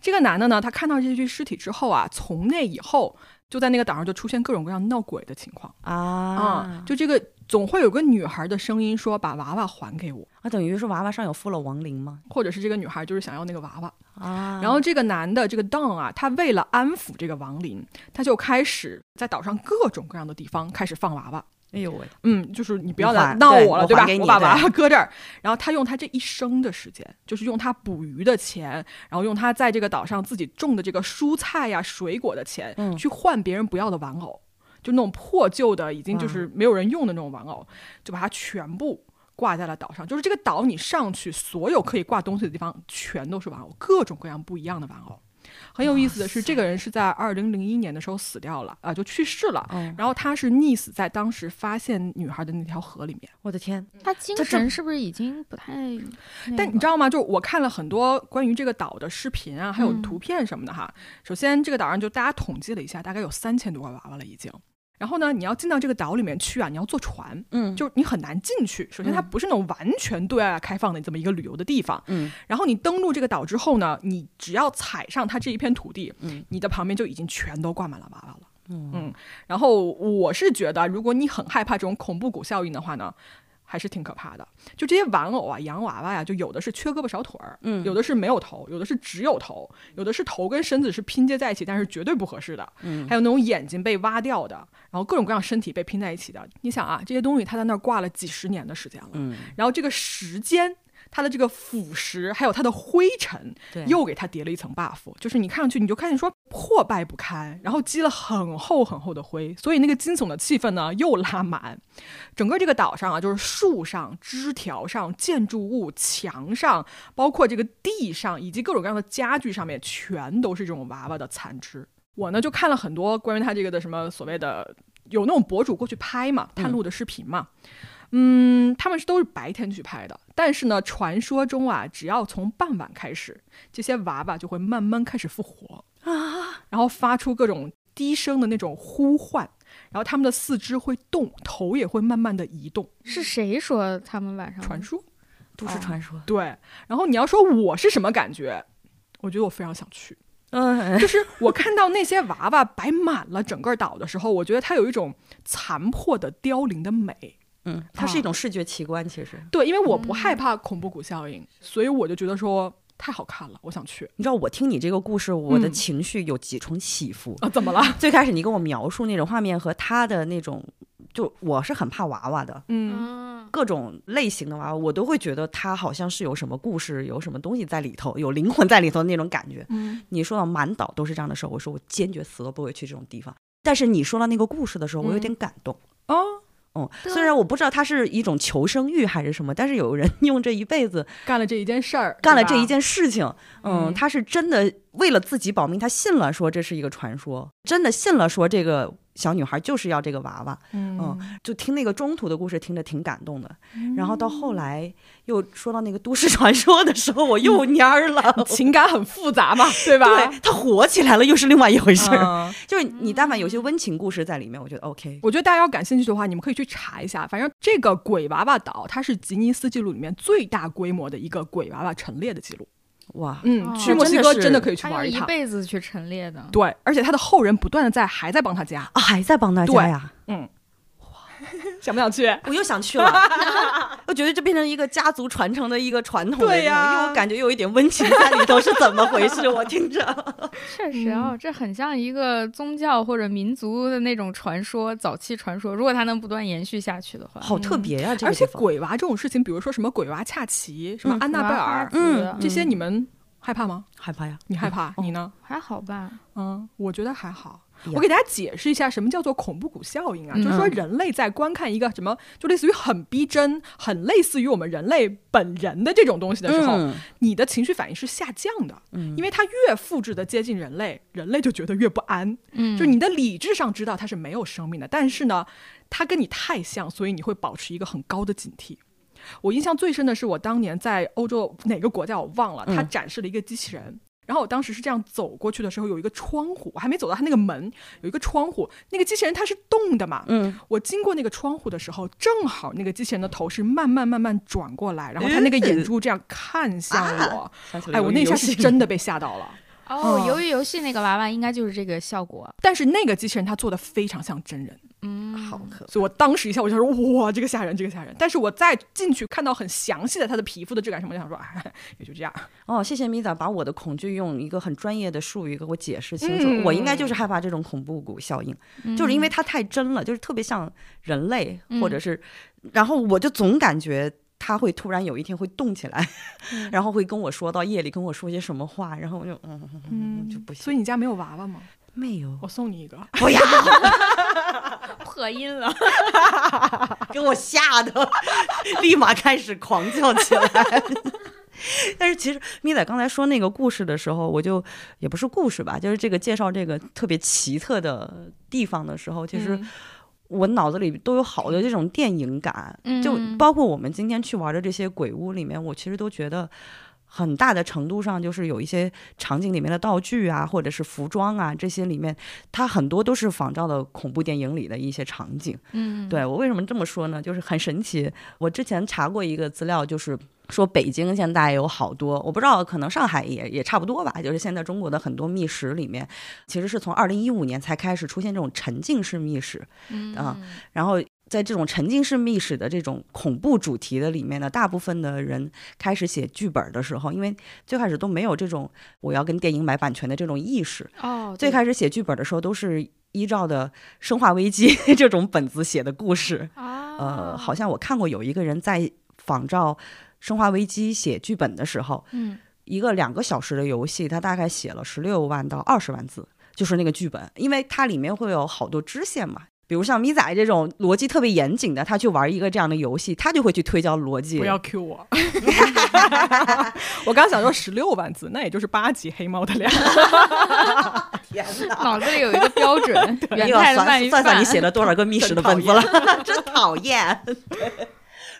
S2: 这个男的呢，他看到这具尸体之后啊，从那以后就在那个岛上就出现各种各样闹鬼的情况
S3: 啊，
S2: 就这个总会有个女孩的声音说把娃娃还给我，
S3: 啊，等于是娃娃上有附了亡灵吗？
S2: 或者是这个女孩就是想要那个娃娃。
S3: 啊
S2: 然后这个男的这个 Don 啊，他为了安抚这个亡灵，他就开始在岛上各种各样的地方开始放娃娃。
S3: 哎呦喂，
S2: 嗯，就是你不要
S3: 我
S2: 来
S3: 还
S2: 闹
S3: 对
S2: 我了，
S3: 我
S2: 对吧
S3: 还给？
S2: 我
S3: 你
S2: 把
S3: 对
S2: 娃娃 搁这儿，然后他用他这一生的时间，就是用他捕鱼的钱，然后用他在这个岛上自己种的这个蔬菜呀、水果的钱，
S3: 嗯
S2: 去换别人不要的玩偶，就那种破旧的、已经就是没有人用的那种玩偶，就把它全部挂在了岛上。就是这个岛，你上去所有可以挂东西的地方，全都是玩偶，各种各样不一样的玩偶。很有意思的是，这个人是在二零零一年的时候死掉了啊、就去世了。
S3: 哦，
S2: 然后他是溺死在当时发现女孩的那条河里面。
S3: 我的天，
S1: 他精
S3: 这这
S1: 神是不是已经不太？
S2: 但你知道吗？就是我看了很多关于这个岛的视频啊，还有
S1: 嗯
S2: 图片什么的哈。首先，这个岛上就大家统计了一下，大概有三千多个娃娃了已经。然后呢，你要进到这个岛里面去啊，你要坐船，
S3: 嗯
S2: 就是你很难进去。首先，它
S3: 嗯
S2: 不是那种完全对外开放的这么一个旅游的地方。
S3: 嗯
S2: 然后你登陆这个岛之后呢，你只要踩上它这一片土地，
S3: 嗯
S2: 你的旁边就已经全都挂满了娃娃了。
S3: 嗯
S2: 然后我是觉得，如果你很害怕这种恐怖谷效应的话呢，还是挺可怕的。就这些玩偶啊、洋娃娃呀、就有的是缺胳膊少腿儿，
S3: 嗯
S2: 有的是没有头，有的是只有头，有的是头跟身子是拼接在一起，但是绝对不合适的。
S3: 嗯
S2: 还有那种眼睛被挖掉的，然后各种各样身体被拼在一起的。你想啊，这些东西它在那儿挂了几十年的时间了，
S3: 嗯，
S2: 然后这个时间。它的这个腐蚀，还有它的灰尘，
S3: 对，
S2: 又给它叠了一层 buff，就是你看上去你就看见说破败不堪，然后积了很厚很厚的灰，所以那个惊悚的气氛呢又拉满。整个这个岛上啊，就是树上、枝条上、建筑物、墙上，包括这个地上以及各种各样的家具上面，全都是这种娃娃的残肢。我呢就看了很多关于它这个的什么所谓的，有那种博主过去拍嘛，探路的视频嘛。嗯，他们是都是白天去拍的，但是呢，传说中啊，只要从傍晚开始，这些娃娃就会慢慢开始复活啊，然后发出各种低声的那种呼唤，然后他们的四肢会动，头也会慢慢的移动。
S1: 是谁说他们晚
S4: 嗯
S1: 上
S2: 传说
S3: 都市传说，
S2: 对，然后你要说我是什么感觉，我觉得我非常想去，
S3: 嗯，
S2: 就是 我看到那些娃娃摆满了整个岛的时候，我觉得它有一种残破的凋零的美。
S3: 嗯，它是一种视觉奇观，其实。
S2: 对，因为我不害怕恐怖谷效应，所以我就觉得说太好看了，我想去
S3: 你知道我听你这个故事，我的
S2: 嗯
S3: 情绪有几重起 伏。
S2: 啊！怎么了？
S3: 最开始你跟我描述那种画面和他的那种，就我是很怕娃娃的，
S2: 嗯，
S1: 嗯，
S3: 各种类型的娃娃，我都会觉得它好像是有什么故事，有什么东西在里头，有灵魂在里头的那种感觉。
S2: 嗯
S3: 你说到满岛都是这样的时候，我说我坚决死都不会去这种地方。但是你说到那个故事的时
S2: 嗯
S3: 候，我有点感动。
S2: 哦，
S3: 嗯，
S1: 对
S3: 虽然我不知道它是一种求生欲还是什么，但是有人 用这一辈子
S2: 干了这一件事儿，
S3: 干了
S2: 对
S3: 这一
S2: 吧
S3: 件事情，嗯，他是真的为了自己保命，他信了说这是一个传说，真的信了说这个小女孩就是要这个娃娃，
S2: 嗯
S3: 就听那个中途的故事，听着挺感动的。然后到后来又说到那个都市传说的时候，我又蔫儿 了。
S2: 情感很复杂嘛，对吧？
S3: 对，它火起来了，又是另外一回事儿。
S2: 嗯
S3: 就是你但凡有些温情故事在里面，我觉得 OK。
S2: 我觉得大家要感兴趣的话，你们可以去查一下。反正这个鬼娃娃岛，它是吉尼斯纪录里面最大规模的一个鬼娃娃陈列的记录。
S3: 哇，
S2: 嗯，
S4: 哦
S2: 去墨西哥
S3: 真的是
S2: 真的可以去
S4: 他
S2: 玩
S4: 用一
S2: 趟。
S4: 辈子去陈列的，
S2: 对，而且他的后人不断的在还在帮他加，
S3: 啊，还在帮大家
S2: 对
S3: 呀？
S2: 想不想去？
S3: 我 又想去了， 我觉得这变成一个家族传承的一个传统的
S2: 对
S3: 那种
S2: 呀
S3: 因为我感觉有一点温情在里头，是怎么回 事？我听着，
S4: 确实哦，这很像一个宗教或者民族的那种传说，早期传说。如果它能不断延续下去的话，
S3: 好特别呀、这
S2: 而
S3: 个
S2: 且
S3: 地方。
S2: 鬼娃这种事情，比如说什么鬼娃恰奇、什么
S3: 嗯
S2: 安娜贝尔、
S4: 嗯，
S2: 这些，你们害怕吗？
S3: 害怕呀，
S2: 你害
S3: 哦
S2: 怕？你呢？
S4: 还好吧？
S2: 嗯，我觉得还好。
S3: 哎呀
S2: 我给大家解释一下什么叫做恐怖谷效应啊，
S4: 嗯
S2: 就是说人类在观看一个什么，就类似于很逼真、很类似于我们人类本人的这种东西的时候，
S3: 嗯
S2: 你的情绪反应是下降的，
S3: 嗯
S2: 因为它越复制的接近人类，人类就觉得越不安。
S4: 嗯，
S2: 就你的理智上知道它是没有生命的，但是呢，它跟你太像，所以你会保持一个很高的警惕。我印象最深的是我当年在欧洲哪个国家我忘了，它
S3: 嗯
S2: 展示了一个机器人。然后我当时是这样走过去的时候，有一个窗户，我还没走到它那个门，有一个窗户，那个机器人它是动的嘛。
S3: 嗯，
S2: 我经过那个窗户的时候，正好那个机器人的头是慢慢慢慢转过来，然后它那个眼珠这样看向我，
S3: 想起了
S2: 哎，我那一
S3: 嗯啊游
S2: 下
S3: 戏
S2: 是真的被吓到了。
S4: 哦，
S2: 嗯
S4: 鱿鱼游戏那个娃娃应该就是这个效果。
S2: 但是那个机器人它做的非常像真人，
S4: 嗯，
S3: 好可
S2: 所以我当时一下我就说哇，这个吓人，这个吓人。但是我再进去看到很详细的它的皮肤的质感什么，我就想说哎，也就这样。
S3: 哦，谢谢米仔把我的恐惧用一个很专业的术语给我解释清楚。
S2: 嗯
S3: 我应该就是害怕这种恐怖谷效应，就是因为它太真了，就是特别像人类，或者是，然后我就总感觉。它会突然有一天会动起来，
S4: 嗯
S3: 然后会跟我说到夜里跟我说些什么话，然后我就嗯嗯嗯嗯就不行。
S2: 所以你家没有娃娃吗？
S3: 没有，
S2: 我送你一个。
S3: 不要
S4: 破音了。
S3: 给我吓得立马开始狂叫起来。 但是其实咪仔刚才说那个故事的时候，我就也不是故事吧，就是这个介绍这个特别奇特的地方的时候，其实
S2: 嗯
S3: 我脑子里都有好多这种电影感，
S4: 嗯
S3: 就包括我们今天去玩的这些鬼屋里面，我其实都觉得。很大的程度上，就是有一些场景里面的道具啊，或者是服装啊，这些里面，它很多都是仿照的恐怖电影里的一些场景。
S4: 嗯，
S3: 对我为什么这么说呢？就是很神奇。我之前查过一个资料，就是说北京现在有好多，我不知道，可能上海也也差不多吧。就是现在中国的很多密室里面，其实是从二零一五年才开始出现这种沉浸式密室，
S4: 嗯
S3: 啊然后。在这种沉浸式密室的这种恐怖主题的里面呢，大部分的人开始写剧本的时候，因为最开始都没有这种我要跟电影买版权的这种意识，
S4: 哦，
S3: 最
S4: 对
S3: 开始写剧本的时候都是依照的《生化危机》 这种本子写的故事，
S4: 啊，
S3: 呃，好像我看过有一个人在仿照《生化危机》写剧本的时候，
S4: 嗯，
S3: 一个两个小时的游戏，他大概写了十六万到二十万字，就是那个剧本，因为它里面会有好多支线嘛。比如像咪仔这种逻辑特别严谨的，他去玩一个这样的游戏，他就会去推敲逻辑。
S2: 不要 Q 我， 我刚想说十六万字，那也就是八集《黑猫的脸》。
S3: 天哪！
S4: 脑子里有一个标 准，
S3: 你
S4: 元
S3: 又
S4: 太
S3: 要哎
S4: 的鳗
S3: 算
S4: 鱼
S3: 算算你
S4: 饭
S3: 写了多少个密室的本子了， 真讨厌。 对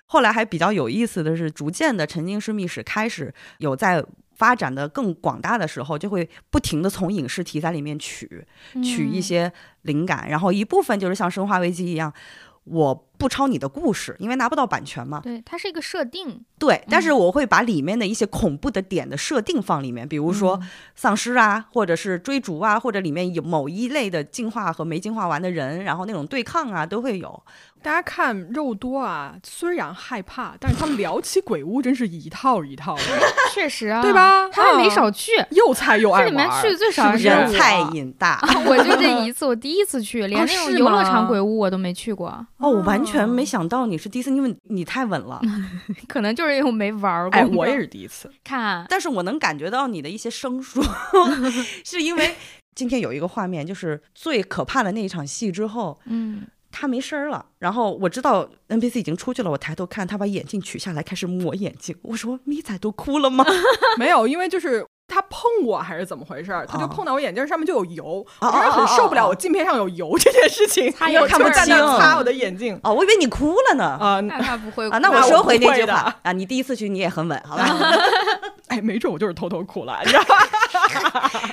S3: 后来还比较有意思的是，逐渐的沉浸式密室开始有在发展的更广大的时候，就会不停的从影视题材里面取取
S4: 嗯
S3: 一，些灵感，然后一部分就是像《生化危机》一样。我不抄你的故事，因为拿不到版权嘛
S4: 嗯。对，它是一个设定，
S3: 对，但是我会把里面的一些恐怖的点的设定放里面，比如说丧尸啊，或者是追逐啊，或者里面有某一类的进化和没进化完的人，然后那种对抗啊都会有。
S2: 大家看肉多啊，虽然害怕，但是他们聊起鬼屋真是一套一套的，
S4: 确实啊，
S2: 对吧
S4: 他还没
S2: 嗯
S4: 少去，
S2: 又菜又爱
S4: 这
S2: 玩。
S4: 里面去的最
S2: 啊
S4: 少
S2: 是不是
S3: 人
S4: 我啊
S3: 菜瘾大
S4: 我就这一次，我第一次去，连
S2: 啊
S4: 那种
S2: 是
S4: 游乐
S2: 吗
S4: 场鬼屋我都没去过，
S3: 哦，我完全没想到你是迪士尼，因为你太稳了。
S4: 可能就是因为我没玩儿过。
S2: 哎，我也是第一次。
S4: 看，
S3: 但是我能感觉到你的一些生疏，是因为今天有一个画面，就是最可怕的那一场戏之后，
S4: 嗯，
S3: 他没声儿了。然后我知道 NPC 已经出去了，我抬头看他把眼镜取下来，开始抹眼睛。我说咪仔都哭了吗？
S2: 没有，因为就是他碰我还是怎么回事儿？他
S4: 哦
S2: 就
S3: 啊
S2: 碰到我眼镜上面就有油，
S3: 啊
S2: 我真是很受不了我镜片上有油这件事情。
S1: 擦
S2: 我
S1: 眼
S2: 就
S1: 镜
S2: 是
S1: 儿
S2: 在那
S3: 啊
S2: 儿擦我的眼镜
S3: 哦，我以为你哭了呢。
S2: 啊、
S4: 那他不 会
S3: 啊，那
S4: 哭
S3: 我
S2: 那
S3: 收
S2: 我
S3: 回
S2: 不
S3: 那
S2: 会
S3: 句
S2: 的
S3: 话啊，你第一次去你也很稳，好吧？
S2: 哎，没准我就是偷偷哭了，你知道吗？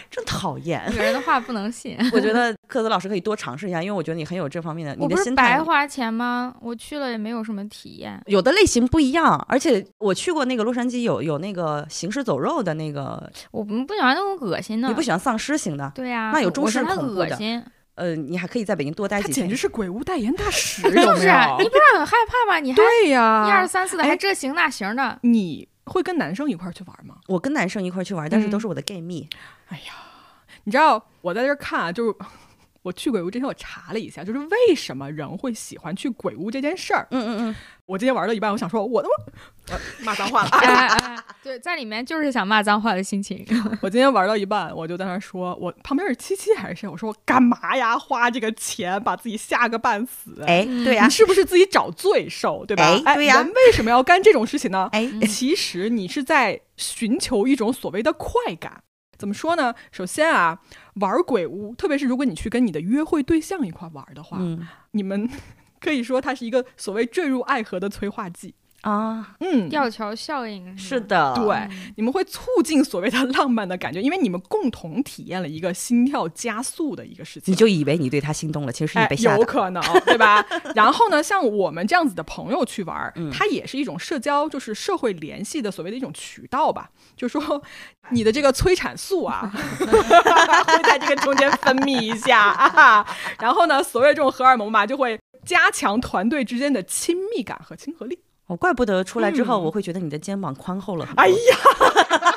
S3: 真讨厌。
S4: 女人的话不能信。
S3: 我觉得科子老师可以多尝试一下，因为我觉得你很有这方面 的，你
S4: 我
S3: 的
S4: 不是
S3: 心态
S4: 白花钱吗？我去了也没有什么体验。
S3: 有的类型不一样，而且我去过那个洛杉矶有有那个行尸走肉的那个，
S4: 我不不喜欢那种恶心的。
S3: 你不喜欢丧尸型的，
S4: 对呀、
S3: 那有
S4: 我
S3: 中
S4: 我嫌
S3: 式
S4: 它
S3: 恐怖
S4: 恶
S3: 的
S4: 心，
S3: 呃，你还可以在北京多待
S2: 他
S3: 几
S2: 简
S3: 天
S2: 直。是鬼屋代言大 使，有
S4: 就
S2: 没
S4: 是啊你
S2: 有？
S4: 不是很害怕吗？你还
S2: 对呀、
S4: 一二三四的，
S2: 哎
S4: 还这行那行 的，
S2: 你会跟男生一块儿去玩吗？
S3: 我跟男生一块儿去玩，但是都
S2: 嗯
S3: 是我的 gay 蜜。
S2: 你知道我在这儿看啊，就是 我去鬼屋之前，我查了一下，就是为什么人会喜欢去鬼屋这件事儿。
S3: 嗯嗯嗯，
S2: 我今天玩到一半，我想说，我他妈呃骂脏话了。
S4: 哎哎哎，对，在里面就是想骂脏话的心情。
S3: 嗯
S2: 我今天玩到一半，我就在那儿说，我旁边是七七还是谁？我说我干嘛呀？花这个钱把自己吓个半死。
S3: 哎，对呀
S2: 你，是不是自己找罪受，对吧？
S3: 哎对呀
S2: 人为什么要干这种事情呢？
S3: 哎，
S2: 其实你是在寻求一种所谓的快感。怎么说呢？首先啊，玩鬼屋，特别是如果你去跟你的约会对象一块玩的话，
S3: 嗯
S2: 你们 可以说它是一个所谓坠入爱河的催化剂。
S3: 啊，
S2: 嗯，
S4: 吊桥效应
S3: 是
S4: 吗，
S3: 的，
S2: 对，
S4: 嗯
S2: 你们会促进所谓的浪漫的感觉，因为你们共同体验了一个心跳加速的一个事情。
S3: 你就以为你对他心动了，其实是你
S2: 哎
S3: 被，吓
S2: 有
S3: 的。
S2: 可能，对 吧？然后呢，像我们这样子的朋友去玩儿，
S3: 嗯
S2: 它也是一种社交，就是社会联系的所谓的一种渠道吧。就说你的这个催产素 啊，会在这个中间分泌一下啊，然后呢，所谓这种荷尔蒙吧，就会加强团队之间的亲密感和亲和力。
S3: 我怪不得出来之后，
S2: 嗯
S3: 我会觉得你的肩膀宽厚了很多。
S2: 哎呀，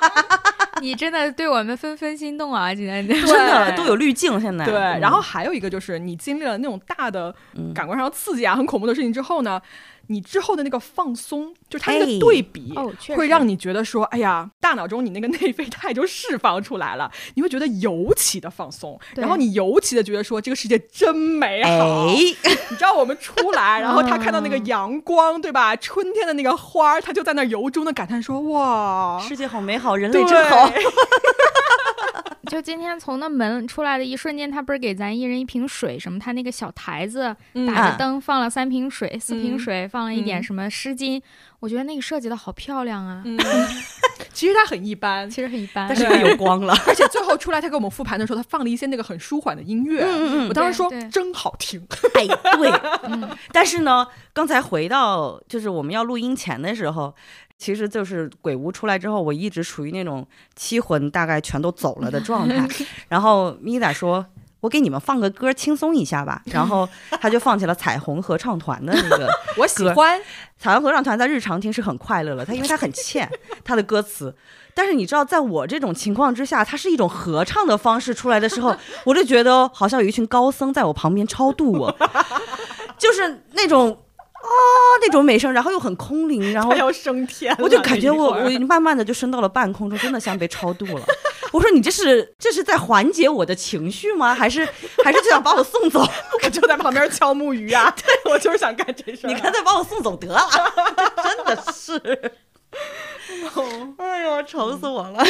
S4: 你真的对我们纷纷心动啊！今天
S3: 真的都有滤镜现在。
S2: 对，
S3: 嗯
S2: 然后还有一个就是你经历了那种大的
S3: 嗯
S2: 感官上的刺激啊，很恐怖的事情之后呢，你之后的那个放松，就是它那
S3: 哎
S2: 个对比，
S4: 哦，确实
S2: 会让你觉得说，哎呀，大脑中你那个内啡肽就释放出来了，你会觉得尤其的放松，
S4: 对
S2: 然后你尤其的觉得说这个世界真美好。
S3: 哎，嗯
S2: 你知道我们出来，然后他看到那个阳光，对吧？春天的那个花儿，他就在那儿由衷的感叹说，哇，
S3: 世界好美好，人类
S2: 对，
S3: 真好。
S4: 就今天从那门出来的一瞬间，他不是给咱一人一瓶水什么？他那个小台子
S2: 嗯
S4: 打
S3: 啊
S4: 着灯放了三瓶水、四瓶
S2: 嗯
S4: 水，放了一点
S2: 嗯
S4: 什么湿巾，我觉得那个设计的好漂亮啊，
S2: 嗯，其实他很一般，
S4: 其实很一 般啊
S3: 但。是它有光了，
S2: 而且最后出来，他给我们复盘的时候，他放了一些那个很舒缓的音乐。
S3: 嗯嗯嗯
S2: 我当时说
S4: 对对
S2: 真好听，
S3: 哎，对。
S4: 嗯，
S3: 但是呢，刚才回到就是我们要录音前的时候，其实就是鬼屋出来之后，我一直处于那种七魂大概全都走了的状态。然后咪仔说。我给你们放个歌轻松一下吧，然后他就放起了彩虹合唱团的那个
S2: 我喜
S3: 歌
S2: 欢。
S3: 彩虹合唱团在日常听是很 快乐了，它因为它很欠它的歌词，但是你知道，在我这种情况之下，它是一种合唱的方式出来的时候，我就觉得好像有一群高僧在我旁边超度我， 就是那种啊那种美声，然后又很空灵，然后
S2: 他要升天了，
S3: 我就感觉
S2: 那一
S3: 我
S2: 会儿
S3: 我慢慢的就升到了半空中，真的像被超度了。我说你这是这是在缓解我的情绪吗？还是还是就想把我送走？
S2: 我就在旁边敲木鱼啊， 对我就是想干这事儿啊。
S3: 你 干脆把我送走得了， 真的是。
S2: 哦
S3: 哎呦，愁死我了！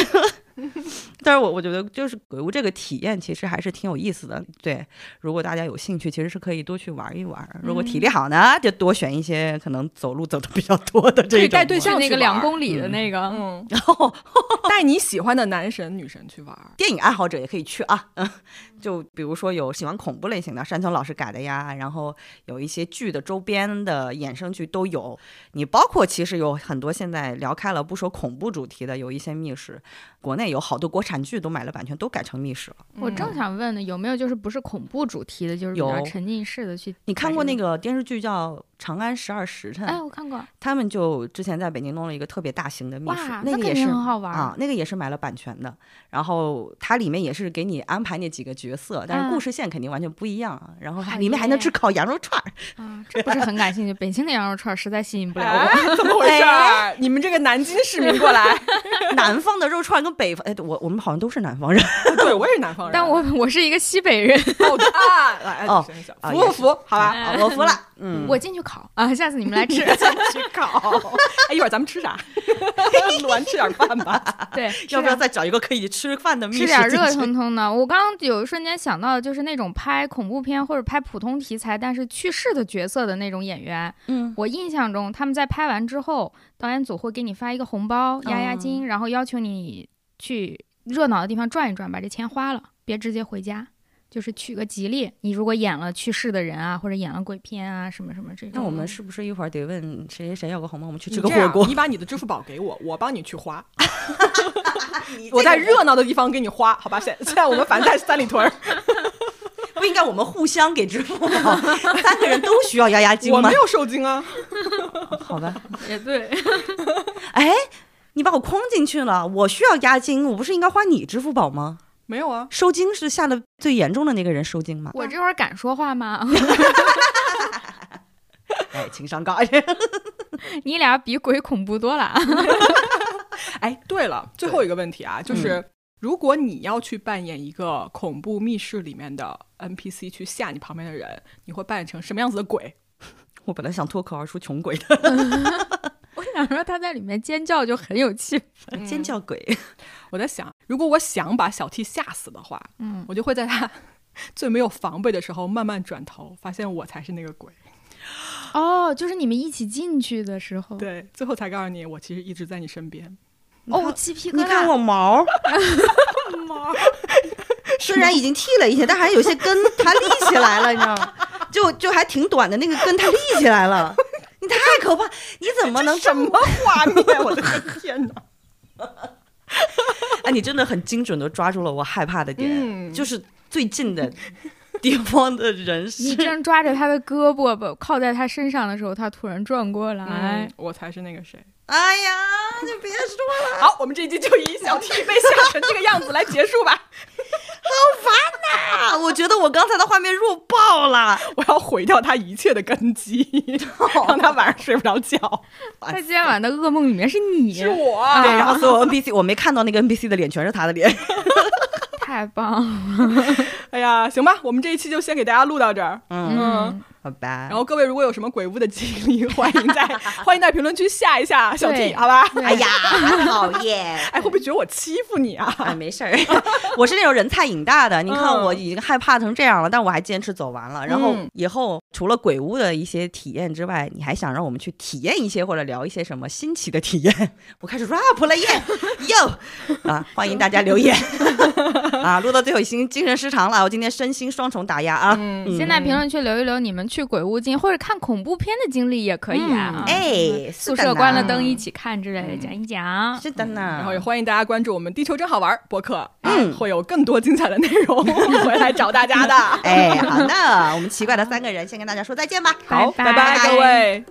S3: 但是我我觉得就是鬼屋这个体验其实还是挺有意思的。对，如果大家有兴趣，其实是可以多去玩一玩。如果体
S2: 嗯
S3: 力好呢，就多选一些可能走路走的比较多的这
S2: 可以
S3: 种。
S2: 带对
S4: 就
S2: 象
S4: 那
S2: 去
S4: 个两
S2: 玩
S4: 公里的那个，
S2: 嗯，
S3: 然后
S2: 带你喜欢的男神女神去玩 儿。
S3: 电影爱好者也可以去啊， 嗯，就比如说有喜欢恐怖类型的山村老师改的呀，然后有一些剧的周边的衍生剧都有。你包括其实有很多现在聊开了不说恐怖主题的，有一些密室，国内有好多国产剧都买了版权都改成密室了。
S4: 我
S2: 嗯
S4: 正想问呢，有没有就是不是恐怖主题的，就是比较
S3: 嗯有
S4: 沉浸式的去？
S3: 你看过那？个电视剧叫《长安十二时辰》
S4: 哎，我看过，
S3: 他们就之前在北京弄了一个特别大型的密室
S4: 哇，，
S3: 那
S4: 肯
S3: 个也
S4: 定
S3: 是
S4: 很好玩儿
S3: 啊，那 个也是买了版权的，然后它里面也是给你安排那几个角色，但是故
S4: 嗯
S3: 事线肯定完全不一样啊。然后还
S4: 好
S3: 里面还能
S4: 耶
S3: 吃烤羊肉串儿，
S4: 啊！这不是很感兴趣，北京的羊肉串儿实在吸引不了
S3: 啊
S4: 我。
S2: 哎，怎么回事儿？你们这个南京市民过 来？
S3: 南方的肉串跟北方，哎，我我们好像都是南方人
S4: 啊
S2: 哦对，我也是南方人。
S4: 但我 我是一个西北人，
S2: 哦对啊，来，
S3: 哦
S2: 行行
S3: 啊
S2: 服不服？好吧，
S3: 啊， 我服了。嗯，
S4: 我进去烤啊，下次你们来吃。
S2: 去烤。哎，一会儿咱们吃啥？
S3: 乱吃点饭吧，
S4: 对，
S3: 要不要
S4: 吃点
S3: 再找一个可以吃饭的密室
S4: 啊吃点
S3: 进
S4: 热
S3: 去
S4: 腾腾的？我刚刚有一瞬间想到，就是那种拍恐怖片或者拍普通题材但是去世的角色的那种演员。
S3: 嗯，
S4: 我印象中，他们在拍完之后，导演组会给你发一个红包压压惊，然后要求你去热闹的地方转一转，把这钱花了，别直接回家。就是取个吉利，你如果演了去世的人啊，或者演了鬼片啊，什么什么这种。
S3: 那我们是不是一会儿得问谁谁谁要个红包，我们去
S2: 你
S3: 吃个
S2: 这样
S3: 火锅？
S2: 你把你的支付宝给我，我帮你去花。
S3: 你这
S2: 我在
S3: 个人
S2: 热闹的地方给你花，好吧？现现在我们反正在三里屯儿，
S3: 不应该我们互相给支付吗？ 三个人都需要压压 惊
S2: 我
S3: 吗
S2: 没？有受惊啊。
S3: 好吧，
S4: 哦也对，
S3: 哎，你把我框进去了，我需要押金，我不是应该花你支付宝吗？
S2: 没有啊，
S3: 收金是下的最严重的那个人收金吗？
S4: 我这会儿敢说话吗？
S3: 哎，情商高。
S4: 你俩比鬼恐怖多了啊。
S2: 哎，对了，最后一个问题啊，
S3: 嗯
S2: 就是如果你要去扮演一个恐怖密室里面的 NPC 去吓你旁边的人，你会扮演成什么样子的鬼？
S3: 我本来想脱口而出穷鬼的
S4: 我想说他在里面尖叫就很有气氛。
S3: 尖叫鬼，
S2: 我在想，如果我想把小 T 吓死的话，
S4: 嗯，
S2: 我就会在他 最没有防备的时候慢慢转头，发现我才是那个鬼。
S4: 哦，就是你们一起进去的时
S3: 哦
S4: 候，
S2: 对，最后才告诉你，我其实一直在你身边。
S4: 哦，鸡皮疙瘩。
S3: 你看我毛儿，
S4: 毛，
S3: 虽然已经剃了一些，但还有些根它立起来了，你知道吗？就就还挺短的那个根它立起来了，你太可怕！你怎么能这么？
S2: 画面，我的天 哪！
S3: 哎，你真的很精准的抓住了我害怕的点，
S2: 嗯
S3: 就是最近的地方的人
S4: 你
S3: 是
S4: 正抓着他的胳膊吧，靠在他身上的时候，他突然转过来
S2: 嗯，，我才是那个谁。
S3: 哎呀，你别说了，
S2: 好，我们这一集就以小 T 被吓成这个样子来结束吧。
S3: 啊，我觉得我刚才的画面弱爆了。
S2: 我要毁掉他一切的根基， 让他晚上睡不着觉。
S4: 他今天晚上的噩梦里面是你，
S2: 是我，
S3: 对，然后所有 NPC 我没看到那个 NPC 的脸，全是他的脸。
S4: 太棒了。
S2: 哎呀，行吧，我们这一期就先给大家录到这儿。
S3: 嗯，
S2: 嗯，
S3: 好吧。
S2: 然后各位如果有什么鬼屋的经历，欢迎 在欢迎在评论区吓一吓小 T，
S4: 对
S2: 好吧？
S4: 对
S3: 哎呀，讨厌！
S2: 哎，会不会觉得我欺负你啊？
S3: 哎，没事儿， 我是那种人菜瘾大的。你看
S2: 嗯
S3: 我已经害怕成这样了，但我还坚持走完了。然后
S2: 嗯
S3: 以后除了鬼屋的一些体验之外，你还想让我们去体验一些或者聊一些什么新奇的体验？我开始 rap 了耶哟啊！欢迎大家留言啊！录到最后已经精神失常了，我今天身心双重打压啊！
S2: 嗯
S3: 嗯
S4: 现在评论区留一留你们去鬼屋经或者看恐怖片的经历也可以啊
S2: 嗯。
S3: 哎，
S4: 宿
S3: 是的
S4: 舍
S3: 呢
S4: 关了灯一起看之类的，
S3: 嗯
S4: 讲一讲。
S3: 是的呢，
S2: 嗯然后也欢迎大家关注我们“地球真好玩”播客，
S3: 嗯
S2: 会有更多精彩的内容回来找大家的。
S3: 哎，好的，我们奇怪的三个人先跟大家说再见吧。
S2: 好，
S4: 拜
S2: 拜各位。